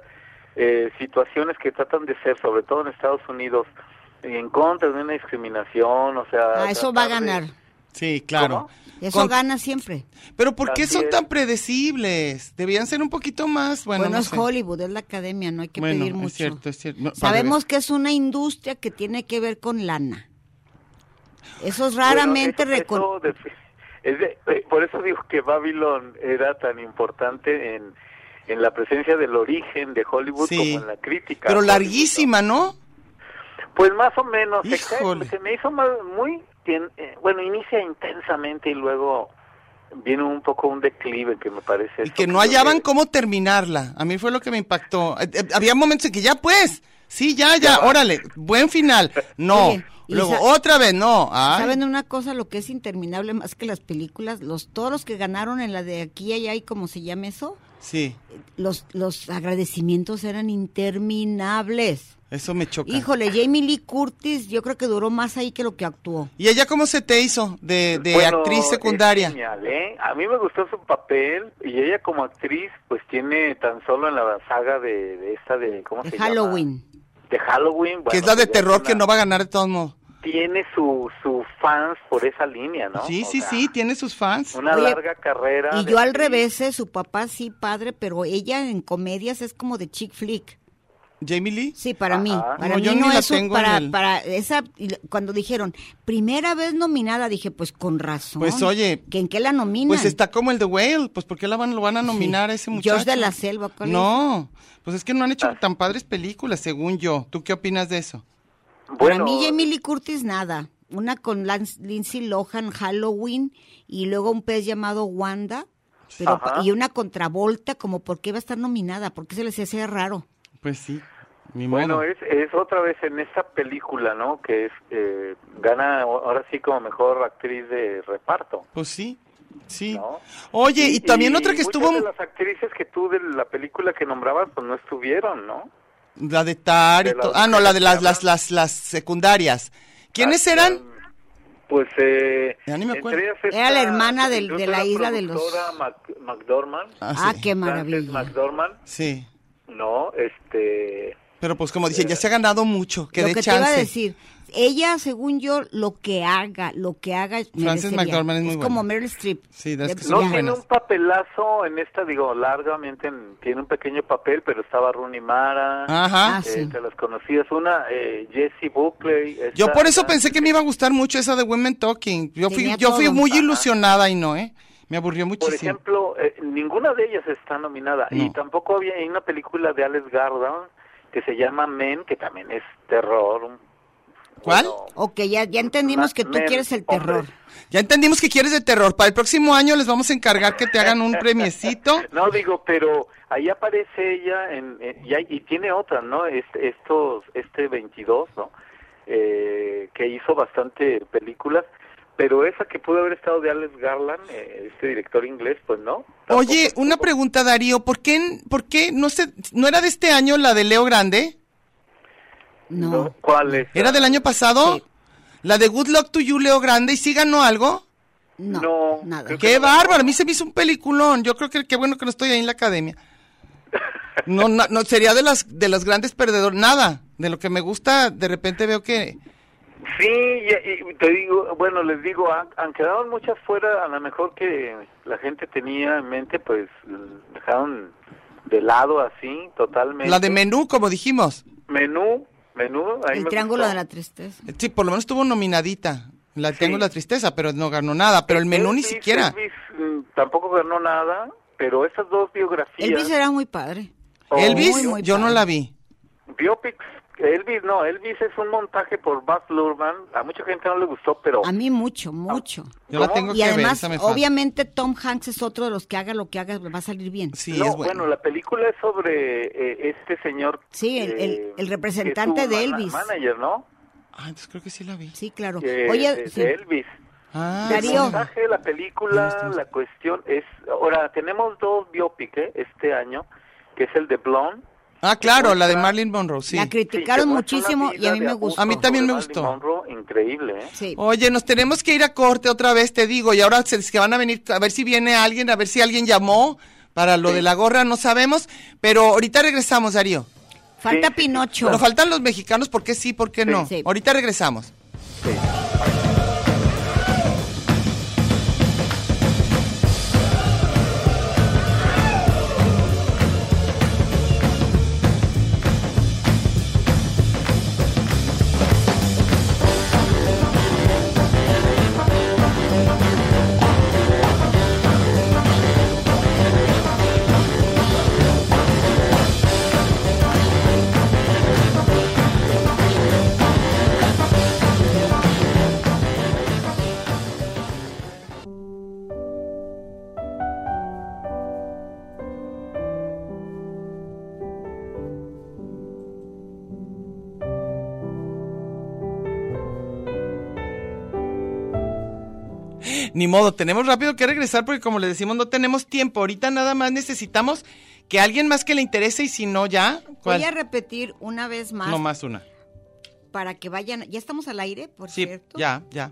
Speaker 4: eh, situaciones que tratan de ser, sobre todo en Estados Unidos, en contra de una discriminación, o sea...
Speaker 1: Ah, eso va a
Speaker 4: tratar de-
Speaker 1: ganar.
Speaker 3: Sí, claro.
Speaker 1: Eso
Speaker 3: Con-
Speaker 1: gana siempre.
Speaker 3: Pero ¿por qué
Speaker 4: Así
Speaker 3: son
Speaker 4: es.
Speaker 3: tan predecibles? Debían ser un poquito más... Bueno,
Speaker 1: Bueno,
Speaker 3: no
Speaker 1: es
Speaker 3: sé.
Speaker 1: Hollywood, es la academia, no hay que
Speaker 3: Bueno,
Speaker 1: pedir
Speaker 3: es
Speaker 1: mucho.
Speaker 3: cierto, es cierto. No, para
Speaker 1: Sabemos
Speaker 3: ver.
Speaker 1: que es una industria que tiene que ver con lana. Esos raramente
Speaker 4: Bueno,
Speaker 1: recon-
Speaker 4: eso- eso de- es de- eh, por eso digo que Babylon era tan importante en, en la presencia del origen de Hollywood
Speaker 3: Sí.
Speaker 4: como en la crítica.
Speaker 3: Pero
Speaker 4: a Hollywood, ¿no?
Speaker 3: larguísima, ¿no?
Speaker 4: Pues más o menos,
Speaker 3: Híjole.
Speaker 4: exacto, se me hizo más, muy, tien- eh, bueno, inicia intensamente y luego viene un poco un declive que me parece.
Speaker 3: Y
Speaker 4: eso
Speaker 3: que no
Speaker 4: creo
Speaker 3: hallaban cómo terminarla. A mí fue lo que me impactó. Eh, eh, Había momentos en que ya pues, sí, ya, ya, órale, buen final. No.
Speaker 1: Oye, y
Speaker 3: Luego
Speaker 1: sa-
Speaker 3: otra vez, no. Ay,
Speaker 1: ¿Saben una cosa? Lo que es interminable más que las películas, los todos los que ganaron en la de aquí y allá y como se llame eso,
Speaker 3: Sí,
Speaker 1: los, los agradecimientos eran interminables.
Speaker 3: eso me choca.
Speaker 1: Híjole, Jamie Lee Curtis yo creo que duró más ahí que lo que actuó.
Speaker 3: ¿Y ella cómo se te hizo de, de
Speaker 4: Bueno,
Speaker 3: actriz
Speaker 4: es
Speaker 3: secundaria?
Speaker 4: genial, ¿eh? A mí me gustó su papel y ella como actriz pues tiene tan solo en la saga de, de esta de ¿cómo
Speaker 1: De
Speaker 4: se
Speaker 1: Halloween.
Speaker 4: llama? De Halloween, bueno,
Speaker 3: que es la de
Speaker 4: pues ya
Speaker 3: terror que
Speaker 4: una-
Speaker 3: no va a ganar de todos modos.
Speaker 4: tiene su su fans por esa línea, ¿no?
Speaker 3: sí,
Speaker 4: O
Speaker 3: sí,
Speaker 4: sea,
Speaker 3: sí, tiene sus fans.
Speaker 4: Una
Speaker 1: Oye,
Speaker 4: larga carrera.
Speaker 1: Y
Speaker 4: de
Speaker 1: yo al
Speaker 4: actriz.
Speaker 1: revés, eh, su papá sí, padre, pero ella en comedias es como de chick flick.
Speaker 3: Jamie Lee.
Speaker 1: Sí, para
Speaker 4: Ajá.
Speaker 1: mí. Para
Speaker 3: No,
Speaker 1: mí
Speaker 3: yo
Speaker 1: no
Speaker 3: ni la
Speaker 1: es un-
Speaker 3: tengo en
Speaker 1: para,
Speaker 3: el-
Speaker 1: para esa. y la- Cuando dijeron, primera vez nominada, dije, pues con razón.
Speaker 3: Pues, oye,
Speaker 1: ¿Que ¿En qué la nominan?
Speaker 3: Pues está como el The Whale, pues ¿por qué la van, lo van a nominar a ese
Speaker 1: George
Speaker 3: muchacho?
Speaker 1: de la Selva, ¿cuál es?
Speaker 3: No, pues es que no han
Speaker 4: Ah.
Speaker 3: hecho tan padres películas, según yo. ¿Tú qué opinas de eso?
Speaker 1: Para
Speaker 4: Bueno,
Speaker 1: mí, Jamie Lee Curtis, nada. Una con Lance- Lindsay Lohan, Halloween, y luego un pez llamado Wanda. Pero,
Speaker 4: Ajá.
Speaker 1: y una contravolta, como por qué va a estar nominada, porque se les hacía raro.
Speaker 3: Pues sí, mi
Speaker 4: Bueno,
Speaker 3: modo.
Speaker 4: es, es otra vez en esta película, ¿no? Que es eh, gana ahora sí como mejor actriz de reparto.
Speaker 3: Pues sí, sí.
Speaker 4: ¿no?
Speaker 3: Oye, y, también otra que
Speaker 4: muchas
Speaker 3: estuvo,
Speaker 4: de las actrices que tú de la película que nombrabas, pues no estuvieron, ¿no?
Speaker 3: la de Tar y
Speaker 4: de las
Speaker 3: to- Ah, no, la de las,
Speaker 4: que
Speaker 3: las, las, las secundarias. ¿Quiénes
Speaker 4: Ah,
Speaker 3: eran?
Speaker 4: Pues, eh.
Speaker 3: Ya ni me acuerdo.
Speaker 4: entre ellas
Speaker 1: Era la
Speaker 4: esta
Speaker 1: hermana del- de la isla de los-
Speaker 4: productora Mac- McDormand.
Speaker 1: Ah,
Speaker 3: sí.
Speaker 1: qué
Speaker 4: Frances
Speaker 1: maravilla.
Speaker 4: McDormand,
Speaker 3: Sí,
Speaker 4: no, este.
Speaker 3: pero pues como dicen, ya se ha ganado mucho, que
Speaker 1: lo
Speaker 3: dé
Speaker 1: que
Speaker 3: chance.
Speaker 1: te iba a decir, ella, según yo, lo que haga, lo que haga. merecería.
Speaker 3: McDormand es muy buena.
Speaker 1: como Meryl Streep.
Speaker 3: Sí, de las
Speaker 1: Ya-
Speaker 3: que
Speaker 4: No
Speaker 3: son
Speaker 1: ya.
Speaker 3: muy
Speaker 4: tiene
Speaker 3: buenas.
Speaker 4: un papelazo en esta, digo, largamente en- tiene un pequeño papel, pero estaba Rooney Mara,
Speaker 3: Ajá.
Speaker 1: Ah, sí.
Speaker 4: entre Eh, las conocidas, una eh, Jessie Buckley. esta-
Speaker 3: Yo por eso pensé que me iba a gustar mucho esa de Women Talking. Yo fui,
Speaker 1: Tenía
Speaker 3: yo fui
Speaker 1: todo.
Speaker 3: muy
Speaker 4: Ajá.
Speaker 3: ilusionada y no, ¿eh? Me aburrió muchísimo.
Speaker 4: Por ejemplo, eh, ninguna de ellas está nominada y
Speaker 3: No.
Speaker 4: tampoco había hay una película de Alex Garland que se llama Men, que también es terror. un-
Speaker 3: ¿Cuál?
Speaker 1: Ok, ya, ya entendimos que tú
Speaker 4: Men,
Speaker 1: quieres el
Speaker 4: hombre.
Speaker 1: terror.
Speaker 3: Ya entendimos que quieres de terror. Para el próximo año les vamos a encargar que te hagan un premiecito.
Speaker 4: No digo, pero ahí aparece ella en, en- y, hay- y tiene otra, ¿no? Este, estos, este 22, ¿no? Eh, que hizo bastante películas, pero esa que pudo haber estado de Alex Garland, eh, este director inglés, pues no. Tampoco
Speaker 3: Oye,
Speaker 4: estuvo.
Speaker 3: una pregunta, Darío. ¿Por qué, n- por qué no, se, no era de este año la de Leo Grande?
Speaker 1: No.
Speaker 4: ¿No? ¿Cuál es?
Speaker 3: ¿Era del año pasado?
Speaker 1: Sí.
Speaker 3: La de Good Luck to You, Leo Grande, y sí ganó algo.
Speaker 1: No,
Speaker 4: No,
Speaker 1: nada.
Speaker 4: creo
Speaker 3: ¡Qué
Speaker 4: que no.
Speaker 3: bárbaro! A mí se me hizo un peliculón. Yo creo que qué bueno que no estoy ahí en la academia. No, no, no, sería de las, de las grandes perdedoras. Nada. De lo que me gusta, de repente veo que.
Speaker 4: Sí, y, y te digo, bueno, les digo, han, han quedado muchas fuera, a lo mejor que la gente tenía en mente, pues dejaron de lado así, totalmente.
Speaker 3: La de menú, como dijimos.
Speaker 4: menú, menú. ahí
Speaker 1: El
Speaker 4: me
Speaker 1: triángulo
Speaker 4: gustó.
Speaker 1: de la tristeza.
Speaker 3: Sí, por lo menos estuvo nominadita. La
Speaker 4: Sí.
Speaker 3: tengo la tristeza, pero no ganó nada. Pero el menú ni
Speaker 4: Elvis,
Speaker 3: siquiera.
Speaker 4: Elvis, mm, tampoco ganó nada, pero esas dos biografías.
Speaker 1: Elvis era muy padre.
Speaker 4: o
Speaker 3: Elvis,
Speaker 1: Muy, muy
Speaker 3: yo no
Speaker 1: padre.
Speaker 3: la vi.
Speaker 4: Biopics, Elvis, no, Elvis es un montaje por Baz Luhrmann. A mucha gente no le gustó, pero
Speaker 1: A mí mucho, mucho.
Speaker 3: Yo la
Speaker 4: ¿Cómo?
Speaker 3: tengo
Speaker 1: Y
Speaker 3: que ver,
Speaker 1: además,
Speaker 3: esa me falta.
Speaker 1: obviamente Tom Hanks es otro de los que haga lo que haga, va a salir bien.
Speaker 3: Sí,
Speaker 4: no,
Speaker 3: es bueno.
Speaker 4: la película es sobre eh, este señor.
Speaker 1: Sí, el- el-
Speaker 4: eh,
Speaker 1: el representante
Speaker 4: que es su
Speaker 1: de
Speaker 4: mana-
Speaker 1: Elvis.
Speaker 4: Manager, ¿no?
Speaker 3: Ah, entonces creo que sí la vi.
Speaker 1: Sí, claro.
Speaker 4: Que-
Speaker 1: Oye,
Speaker 4: de,
Speaker 1: sí.
Speaker 4: de Elvis.
Speaker 3: Ah,
Speaker 1: Darío.
Speaker 3: sí.
Speaker 4: El mensaje de la
Speaker 3: No,
Speaker 4: película,
Speaker 3: estamos-
Speaker 4: la cuestión es... Ahora, tenemos dos biopic ¿eh? este año, que es el de Blonde.
Speaker 3: Ah, claro, la de Marilyn Monroe, sí.
Speaker 1: la
Speaker 4: Sí, que
Speaker 1: criticaron
Speaker 4: muestra una
Speaker 1: muchísimo y
Speaker 4: vida
Speaker 1: a mí
Speaker 4: de
Speaker 1: me
Speaker 4: abuso
Speaker 1: gustó.
Speaker 3: A mí también me
Speaker 4: sobre
Speaker 3: gustó.
Speaker 4: Marilyn Monroe, increíble, ¿eh?
Speaker 1: Sí.
Speaker 3: Oye, nos tenemos que ir a corte otra vez, te digo, y ahora se, que van a venir a ver si viene alguien, a ver si alguien llamó para lo de la gorra, no sabemos, pero ahorita regresamos, Darío.
Speaker 1: Falta
Speaker 4: Sí, sí, sí.
Speaker 1: Pinocho.
Speaker 3: Pero faltan los mexicanos, ¿por qué sí, por qué no?
Speaker 1: Sí.
Speaker 3: Ahorita regresamos. Ni modo, tenemos rápido que regresar porque como les decimos, no tenemos tiempo. Ahorita nada más necesitamos que alguien más que le interese y si no, ya. ¿Cuál?
Speaker 1: Voy a repetir una vez más
Speaker 3: No más una.
Speaker 1: para que vayan. Ya estamos al aire, por
Speaker 3: Sí,
Speaker 1: cierto.
Speaker 3: ya, ya.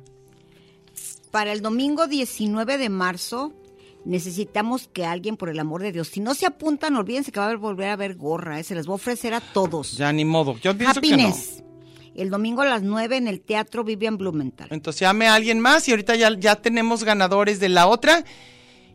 Speaker 1: Para el domingo 19 de marzo necesitamos que alguien, por el amor de Dios, si no se apuntan, olvídense que va a haber- volver a ver gorra. ¿eh? Se les va a ofrecer a todos.
Speaker 3: Ya, ni modo. Yo pienso que
Speaker 1: Happiness. El domingo a las 9 en el Teatro Vivian Blumenthal.
Speaker 3: no. Entonces llame a alguien más y ahorita ya, ya tenemos ganadores de la otra.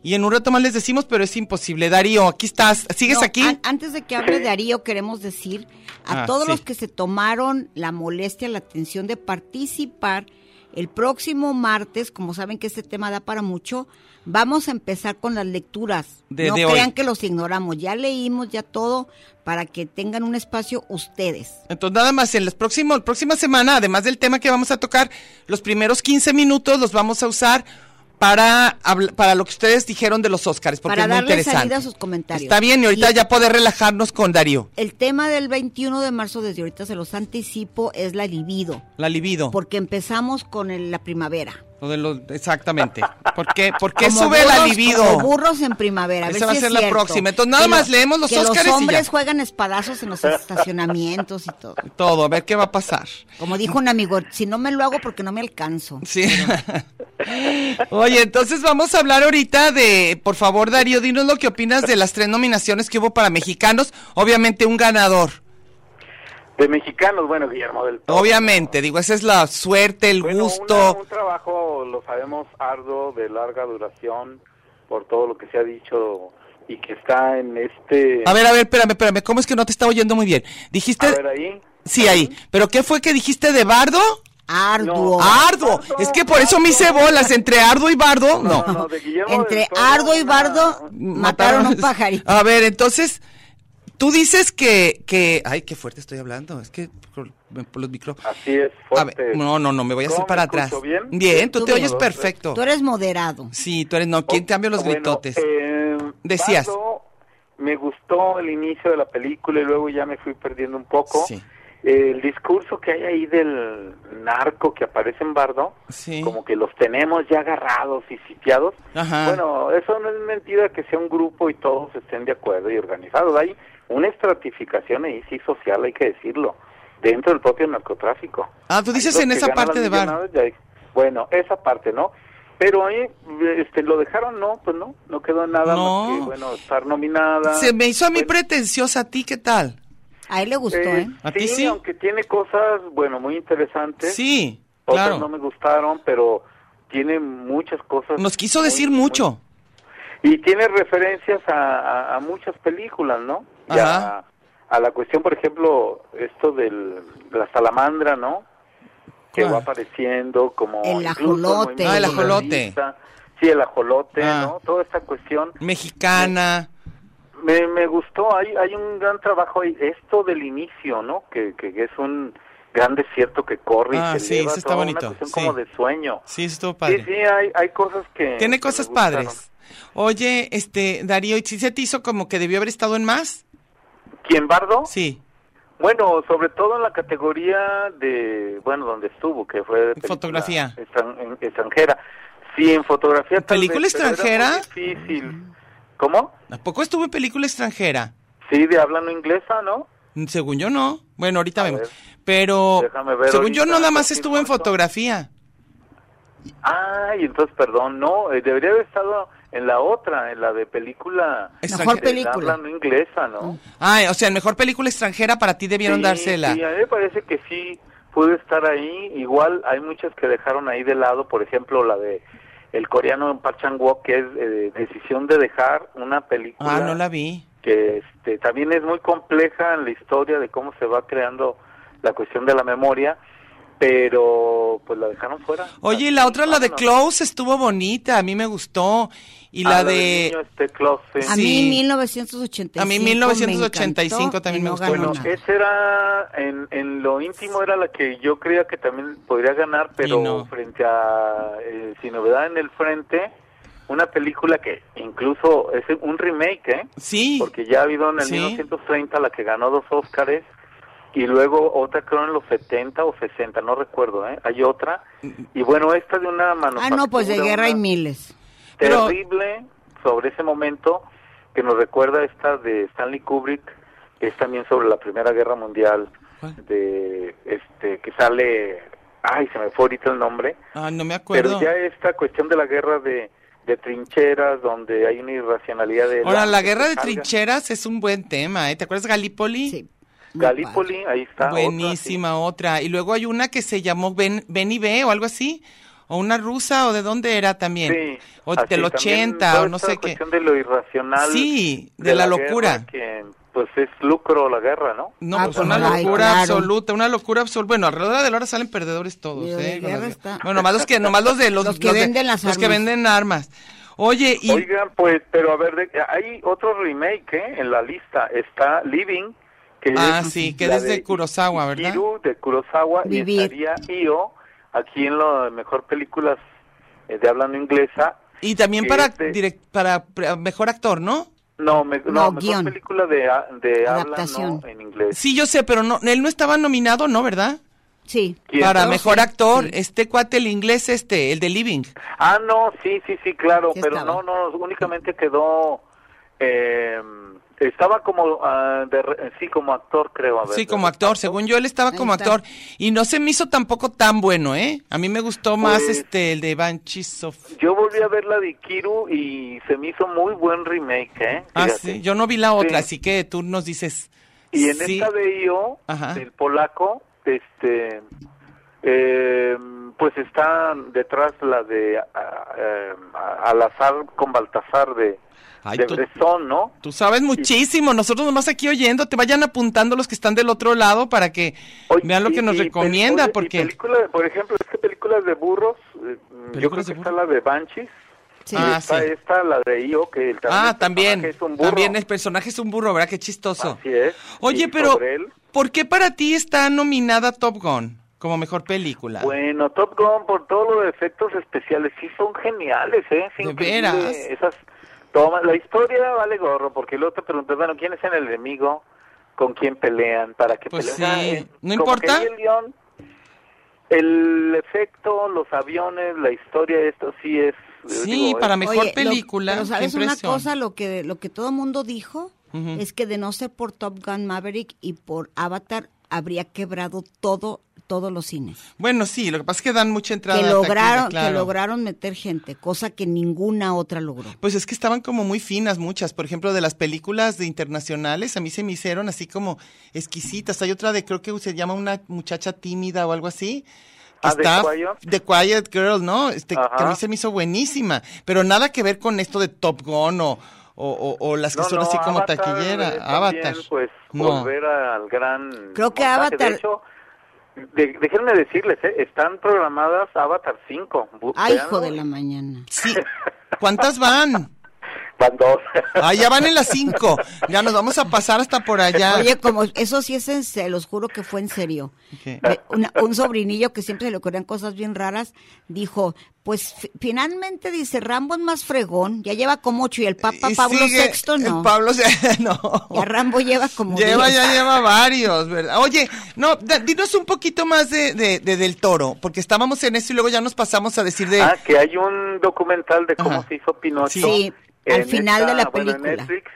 Speaker 3: Y en un rato más les decimos, pero es imposible. Darío, aquí estás. ¿Sigues
Speaker 1: No, ah,
Speaker 3: aquí?
Speaker 1: an- antes de que hable Darío, queremos decir a
Speaker 3: Ah,
Speaker 1: todos
Speaker 3: sí.
Speaker 1: los que se tomaron la molestia, la atención de participar, el próximo martes, como saben que este tema da para mucho, vamos a empezar con las lecturas.
Speaker 3: De-
Speaker 1: no
Speaker 3: de
Speaker 1: crean
Speaker 3: hoy.
Speaker 1: que los ignoramos, ya leímos ya todo para que tengan un espacio ustedes.
Speaker 3: Entonces, nada más, en las próximos, próxima semana, además del tema que vamos a tocar, los primeros 15 minutos los vamos a usar para, habl- para lo que ustedes dijeron de los Óscares, porque
Speaker 1: Para
Speaker 3: es muy
Speaker 1: darle
Speaker 3: interesante.
Speaker 1: salida a sus comentarios.
Speaker 3: Está bien, y ahorita
Speaker 1: Y-
Speaker 3: ya poder relajarnos con Darío.
Speaker 1: El tema del 21 de marzo, desde ahorita se los anticipo, es la libido,
Speaker 3: La libido.
Speaker 1: porque empezamos con el- la primavera.
Speaker 3: Lo de los- exactamente. ¿Por qué, por qué
Speaker 1: Como
Speaker 3: sube la
Speaker 1: burros-
Speaker 3: libido?
Speaker 1: Como burros en primavera. A ver
Speaker 3: Esa va
Speaker 1: si
Speaker 3: a
Speaker 1: es
Speaker 3: ser la
Speaker 1: cierto.
Speaker 3: próxima. Entonces, nada
Speaker 1: Que
Speaker 3: más
Speaker 1: lo-
Speaker 3: leemos los
Speaker 1: que
Speaker 3: Óscares y
Speaker 1: Los
Speaker 3: ya.
Speaker 1: hombres juegan espadazos en los estacionamientos y todo.
Speaker 3: Todo, a ver qué va a pasar.
Speaker 1: Como dijo un amigo, si no me lo hago porque no me alcanzo.
Speaker 3: Sí. Oye, entonces vamos a hablar ahorita de, por favor, Darío, dinos lo que opinas de las tres nominaciones que hubo para mexicanos. Obviamente un ganador.
Speaker 4: De mexicanos, bueno, Guillermo del Toro.
Speaker 3: Obviamente, digo, esa es la suerte, el
Speaker 4: Bueno,
Speaker 3: gusto.
Speaker 4: una- un trabajo, lo sabemos, arduo, de larga duración, por todo lo que se ha dicho y que está en este...
Speaker 3: A ver, a ver, espérame, espérame, ¿cómo es que no te está oyendo muy bien? Dijiste,
Speaker 4: A ver, ahí.
Speaker 3: sí, ahí, pero ¿qué fue que dijiste de Bardo?
Speaker 1: Arduo.
Speaker 4: No.
Speaker 3: Ardo,
Speaker 4: Bardo,
Speaker 3: es que por eso me hice
Speaker 4: Bardo.
Speaker 3: bolas, entre Ardo y Bardo, no.
Speaker 4: No, no, de Guillermo del
Speaker 1: Entre
Speaker 4: Toro,
Speaker 1: Ardo y
Speaker 4: una-
Speaker 1: Bardo mataron a un pajarito.
Speaker 3: A ver, entonces, tú dices que, que, ay, qué fuerte estoy hablando, es que por, por los micro...
Speaker 4: Así es,
Speaker 3: A
Speaker 4: fuerte.
Speaker 3: ver, no, no, no, me voy a hacer
Speaker 4: ¿Cómo
Speaker 3: para
Speaker 4: me
Speaker 3: atrás.
Speaker 4: escucho bien?
Speaker 3: tú,
Speaker 1: Tú
Speaker 3: te
Speaker 1: bien.
Speaker 3: oyes perfecto.
Speaker 1: Tú eres moderado.
Speaker 3: Sí, tú eres, no, ¿quién te cambia los
Speaker 4: Bueno,
Speaker 3: gritotes?
Speaker 4: eh,
Speaker 3: Decías.
Speaker 4: Bardo, me gustó el inicio de la película y luego ya me fui perdiendo un poco.
Speaker 3: Sí.
Speaker 4: El discurso que hay ahí del narco que aparece en Bardo,
Speaker 3: Sí.
Speaker 4: como que los tenemos ya agarrados y sitiados.
Speaker 3: Ajá.
Speaker 4: Bueno, eso no es mentira que sea un grupo y todos estén de acuerdo y organizados. Hay una estratificación ahí sí social, hay que decirlo, dentro del propio narcotráfico.
Speaker 3: Ah, tú dices
Speaker 4: Hay los
Speaker 3: en
Speaker 4: que
Speaker 3: esa
Speaker 4: ganan
Speaker 3: parte
Speaker 4: las
Speaker 3: de Bardo.
Speaker 4: millonadas, ya hay- Bueno, esa parte, ¿no? Pero ahí este, lo dejaron, no, pues no, no quedó nada
Speaker 3: No.
Speaker 4: más que, bueno, estar nominada. Eh,
Speaker 3: Se me hizo a mí
Speaker 4: Bueno,
Speaker 3: pretenciosa, ¿a ti qué tal?
Speaker 1: A él le gustó,
Speaker 4: eh,
Speaker 1: ¿eh?
Speaker 3: ¿A
Speaker 4: sí,
Speaker 3: ti sí?
Speaker 4: aunque tiene cosas, bueno, muy interesantes.
Speaker 3: Sí,
Speaker 4: Otras
Speaker 3: claro.
Speaker 4: no me gustaron, pero tiene muchas cosas.
Speaker 3: Nos quiso
Speaker 4: muy-
Speaker 3: decir
Speaker 4: muy-
Speaker 3: mucho.
Speaker 4: Y tiene referencias a, a- a muchas películas, ¿no? Y
Speaker 3: Ajá.
Speaker 4: A, a la cuestión, por ejemplo, esto del, de la salamandra, ¿no? Que
Speaker 3: ¿Cuál?
Speaker 4: va apareciendo como...
Speaker 1: El
Speaker 4: incluso
Speaker 1: ajolote.
Speaker 4: movimiento
Speaker 3: Ah, el ajolote.
Speaker 4: realista. Sí, el ajolote,
Speaker 3: Ah.
Speaker 4: ¿no? Toda esta cuestión.
Speaker 3: Mexicana.
Speaker 4: Me, me gustó, hay, hay un gran trabajo ahí. Esto del inicio, ¿no? Que, que es un gran desierto que corre.
Speaker 3: Ah,
Speaker 4: y que
Speaker 3: sí,
Speaker 4: lleva
Speaker 3: eso está
Speaker 4: toda
Speaker 3: bonito,
Speaker 4: Una cuestión
Speaker 3: sí.
Speaker 4: como de sueño.
Speaker 3: Sí, eso estuvo
Speaker 4: Sí,
Speaker 3: padre.
Speaker 4: sí, hay, hay cosas que...
Speaker 3: Tiene
Speaker 4: que
Speaker 3: cosas
Speaker 4: me gustaron.
Speaker 3: padres. Oye, este, Darío, ¿y si se te hizo como que debió haber estado en más?
Speaker 4: ¿Quién, Bardo?
Speaker 3: Sí.
Speaker 4: Bueno, sobre todo en la categoría de, bueno, donde estuvo, que fue de película
Speaker 3: Fotografía.
Speaker 4: extran- en- extranjera. Sí, en fotografía. tal
Speaker 3: ¿Película
Speaker 4: vez, pero era muy
Speaker 3: extranjera?
Speaker 4: Difícil. ¿Cómo?
Speaker 3: ¿A poco estuvo en película extranjera?
Speaker 4: Sí, de habla no inglesa, ¿no?
Speaker 3: Mm, Según yo no. Bueno, ahorita
Speaker 4: A
Speaker 3: vemos.
Speaker 4: ver.
Speaker 3: Pero,
Speaker 4: Déjame ver
Speaker 3: según yo
Speaker 4: ahorita,
Speaker 3: nada más
Speaker 4: aquí
Speaker 3: estuvo en
Speaker 4: corto.
Speaker 3: fotografía.
Speaker 4: Ay, entonces, perdón, no, eh, debería haber estado en la otra, en la de película.
Speaker 3: Extranjera.
Speaker 1: Mejor
Speaker 4: de
Speaker 1: película.
Speaker 4: habla no inglesa, ¿no?
Speaker 3: Ah, o sea, en mejor película extranjera para ti debieron
Speaker 4: Sí,
Speaker 3: dársela.
Speaker 4: Sí, a mí me parece que sí pude estar ahí. Igual hay muchas que dejaron ahí de lado, por ejemplo, la de el coreano en Park Chan Wook, que es eh, Decisión de dejar una película
Speaker 3: ah, no la vi.
Speaker 4: que este, también es muy compleja en la historia de cómo se va creando la cuestión de la memoria, pero pues la dejaron fuera.
Speaker 3: Oye, y la otra, la de
Speaker 4: Vámonos.
Speaker 3: Close, estuvo bonita, a mí me gustó. Y
Speaker 4: Ah,
Speaker 3: la
Speaker 4: del
Speaker 3: de...
Speaker 4: niño este Klaus, sí.
Speaker 1: A
Speaker 3: Sí.
Speaker 1: mí 1985.
Speaker 3: A mí 1985
Speaker 1: me encantó
Speaker 3: también
Speaker 1: y
Speaker 3: me
Speaker 1: no
Speaker 3: gustó
Speaker 1: ganó
Speaker 4: Bueno,
Speaker 1: nada.
Speaker 4: esa era, en, en lo íntimo era la que yo creía que también podría ganar, pero
Speaker 3: Y no.
Speaker 4: frente a eh, Sin Novedad en el Frente, una película que incluso es un remake, ¿eh?
Speaker 3: Sí.
Speaker 4: Porque ya ha habido en el
Speaker 3: Sí.
Speaker 4: 1930 la que ganó dos Óscares y luego otra creo en los 70 o 60, no recuerdo, ¿eh? Hay otra. Y bueno, esta de una
Speaker 1: Mm, Ah,
Speaker 4: manufactura.
Speaker 1: no, pues de guerra hay
Speaker 4: una-
Speaker 1: miles.
Speaker 3: Pero-
Speaker 4: terrible sobre ese momento que nos recuerda esta de Stanley Kubrick, que es también sobre la Primera Guerra Mundial,
Speaker 3: ¿Cuál?
Speaker 4: de este que sale, ay, se me fue ahorita el nombre,
Speaker 3: Ah, no me acuerdo.
Speaker 4: pero ya esta cuestión de la guerra de, de trincheras, donde hay una irracionalidad de...
Speaker 3: Ahora, la guerra de
Speaker 4: Salga.
Speaker 3: trincheras es un buen tema, ¿eh? ¿Te acuerdas Gallipoli?
Speaker 1: Sí. Muy padre.
Speaker 4: Gallipoli, ahí está. otra, sí.
Speaker 3: Buenísima otra. Y luego hay una que se llamó Ben, ben y Ve o algo así. O una rusa o de dónde era también.
Speaker 4: Sí,
Speaker 3: o
Speaker 4: así,
Speaker 3: del
Speaker 4: también
Speaker 3: 80
Speaker 4: toda
Speaker 3: o no
Speaker 4: esta
Speaker 3: sé qué.
Speaker 4: cuestión de lo irracional.
Speaker 3: Sí, de la
Speaker 4: guerra,
Speaker 3: locura.
Speaker 4: que, pues es lucro la guerra, ¿no?
Speaker 3: No,
Speaker 1: Ah,
Speaker 3: pues
Speaker 1: pues
Speaker 3: una
Speaker 1: no, ay,
Speaker 3: locura
Speaker 1: claro.
Speaker 3: absoluta, una locura absoluta. Bueno, alrededor de la hora salen perdedores todos,
Speaker 1: Digo,
Speaker 3: ¿eh?
Speaker 1: de
Speaker 3: Con las
Speaker 1: guerra
Speaker 3: de-
Speaker 1: está.
Speaker 3: Bueno, nomás los que, nomás los de los,
Speaker 1: Los que
Speaker 3: de-
Speaker 1: venden las
Speaker 3: los que
Speaker 1: armas.
Speaker 3: venden armas. Oye, y
Speaker 4: Oigan, pues, pero a ver, de- hay otro remake ¿eh? en la lista. Está Living, que
Speaker 3: Ah,
Speaker 4: es
Speaker 3: sí, que
Speaker 4: la
Speaker 3: es de Kurosawa, ¿verdad?
Speaker 4: Ikiru, de Kurosawa,
Speaker 1: Vivir.
Speaker 4: y estaría Io, aquí en la mejor películas eh, de hablando inglesa.
Speaker 3: y también
Speaker 4: que
Speaker 3: para
Speaker 4: es de-
Speaker 3: direct- para pre- mejor actor, ¿no?
Speaker 4: No, me-
Speaker 1: No,
Speaker 4: no, mejor
Speaker 1: guión.
Speaker 4: película de, a- de habla
Speaker 1: Adaptación.
Speaker 4: no en inglés.
Speaker 3: Sí, yo sé, pero no él no estaba nominado, ¿no, verdad?
Speaker 1: Sí.
Speaker 4: ¿Quién?
Speaker 3: Para
Speaker 4: No,
Speaker 3: mejor
Speaker 1: sí,
Speaker 3: actor,
Speaker 1: sí.
Speaker 3: este cuate el inglés este, el de Living.
Speaker 4: Ah, no, sí, sí, sí, claro,
Speaker 1: Sí
Speaker 4: pero
Speaker 1: estaba.
Speaker 4: no, no, únicamente quedó... eh, estaba como ah, de re- sí como actor creo a ver,
Speaker 3: Sí,
Speaker 4: de
Speaker 3: como actor, según yo él estaba
Speaker 1: Ahí
Speaker 3: como
Speaker 1: está.
Speaker 3: actor y no se me hizo tampoco tan bueno, ¿eh? A mí me gustó más
Speaker 4: Pues-
Speaker 3: este el de Banshees of
Speaker 4: Yo volví a ver la de Kiru y se me hizo muy buen remake, ¿eh?
Speaker 3: Ah,
Speaker 4: Fíjate.
Speaker 3: sí, yo no vi la otra,
Speaker 4: Sí.
Speaker 3: así que tú nos dices.
Speaker 4: Y en
Speaker 3: sí,
Speaker 4: esta de IO,
Speaker 3: Ajá.
Speaker 4: del polaco, este, eh, pues está detrás la de ah, eh, Al azar con Baltasar de,
Speaker 3: Ay,
Speaker 4: de
Speaker 3: tú-
Speaker 4: Bresson, ¿no?
Speaker 3: Tú sabes muchísimo, nosotros nomás aquí oyendo, te vayan apuntando los que están del otro lado para que
Speaker 4: Oye,
Speaker 3: vean lo
Speaker 4: y-
Speaker 3: que nos
Speaker 4: y pel-
Speaker 3: recomienda,
Speaker 4: oye, y
Speaker 3: porque...
Speaker 4: película- por ejemplo, es que películas de burros, eh, yo creo
Speaker 3: ¿Películas
Speaker 4: que
Speaker 3: de
Speaker 4: está
Speaker 3: burros?
Speaker 4: la de Banshees.
Speaker 1: Sí.
Speaker 4: y
Speaker 3: Ah,
Speaker 4: está
Speaker 3: sí.
Speaker 4: esta, la de IO, que el- también
Speaker 3: ah,
Speaker 4: el
Speaker 3: también,
Speaker 4: personaje es un burro. Ah,
Speaker 3: también el personaje es un burro, ¿verdad? Qué chistoso.
Speaker 4: Así es.
Speaker 3: Oye,
Speaker 4: Y
Speaker 3: pero,
Speaker 4: sobre él-
Speaker 3: ¿por qué para ti está nominada Top Gun como mejor película?
Speaker 4: Bueno, Top Gun, por todos los efectos especiales, sí son geniales, ¿eh? Es
Speaker 3: ¿De
Speaker 4: increíble
Speaker 3: veras?
Speaker 4: Esas tomas. La historia vale gorro, porque luego te preguntas, bueno, ¿quién es el enemigo? ¿Con quién pelean? ¿Para qué
Speaker 3: Pues
Speaker 4: pelean?
Speaker 3: sí,
Speaker 4: Ah, eh,
Speaker 3: ¿no
Speaker 4: como que
Speaker 3: importa?
Speaker 4: ahí el guión, el efecto, los aviones, la historia, esto sí es. eh,
Speaker 3: Sí,
Speaker 4: digo,
Speaker 3: para
Speaker 4: es-
Speaker 3: mejor
Speaker 1: Oye, lo-
Speaker 3: película.
Speaker 1: pero
Speaker 3: qué
Speaker 1: sabes una
Speaker 3: impresión.
Speaker 1: cosa, lo que lo que todo mundo dijo
Speaker 3: Ujú.
Speaker 1: es que de no ser por Top Gun Maverick y por Avatar habría quebrado todo todos los cines.
Speaker 3: Bueno, sí, lo que pasa es que dan mucha entrada.
Speaker 1: que
Speaker 3: a taquilla,
Speaker 1: lograron que
Speaker 3: claro.
Speaker 1: lograron meter gente, cosa que ninguna otra logró.
Speaker 3: Pues es que estaban como muy finas muchas. Por ejemplo, de las películas de internacionales, a mí se me hicieron así como exquisitas. Hay otra de, creo que se llama Una muchacha tímida o algo así. que
Speaker 4: Ah, The
Speaker 3: está-
Speaker 4: Quiet.
Speaker 3: The Quiet Girl, ¿no? Este, que a mí
Speaker 4: Ajá.
Speaker 3: se me hizo buenísima. Pero nada que ver con esto de Top Gun o, o, o- o las que
Speaker 4: no,
Speaker 3: son
Speaker 4: no,
Speaker 3: así como
Speaker 4: Avatar,
Speaker 3: taquillera.
Speaker 4: eh, también,
Speaker 3: Avatar.
Speaker 4: pues
Speaker 3: no.
Speaker 4: volver al gran.
Speaker 1: Creo que
Speaker 4: montaje.
Speaker 1: Avatar-
Speaker 4: De hecho, de- déjenme decirles, eh, están programadas Avatar 5. Bu-
Speaker 1: Ay,
Speaker 4: véanlo.
Speaker 1: hijo de la mañana.
Speaker 3: Sí. ¿Cuántas van?
Speaker 4: Van dos.
Speaker 3: Ah, ya van en las cinco. Ya nos vamos a pasar hasta por allá.
Speaker 1: Oye, como eso sí es en se los juro que fue en serio.
Speaker 3: ¿Qué?
Speaker 1: Me- una- un sobrinillo que siempre se le ocurrían cosas bien raras, dijo, pues fi- finalmente dice, Rambo es más fregón, ya lleva como ocho y el Papa
Speaker 3: Y
Speaker 1: Pablo
Speaker 3: sigue
Speaker 1: VI no.
Speaker 3: el Pablo VI, no.
Speaker 1: Ya Rambo lleva como
Speaker 3: Oh. Lleva,
Speaker 1: diez.
Speaker 3: ya lleva varios, ¿verdad? Oye, no, da- dinos un poquito más de, de- de Del Toro, porque estábamos en eso y luego ya nos pasamos a decir de...
Speaker 4: Ah, que hay un documental de cómo
Speaker 3: Ajá.
Speaker 4: se hizo Pinocho.
Speaker 1: Sí, al
Speaker 4: en
Speaker 1: final de la
Speaker 4: bueno, en
Speaker 1: película.
Speaker 4: Netflix.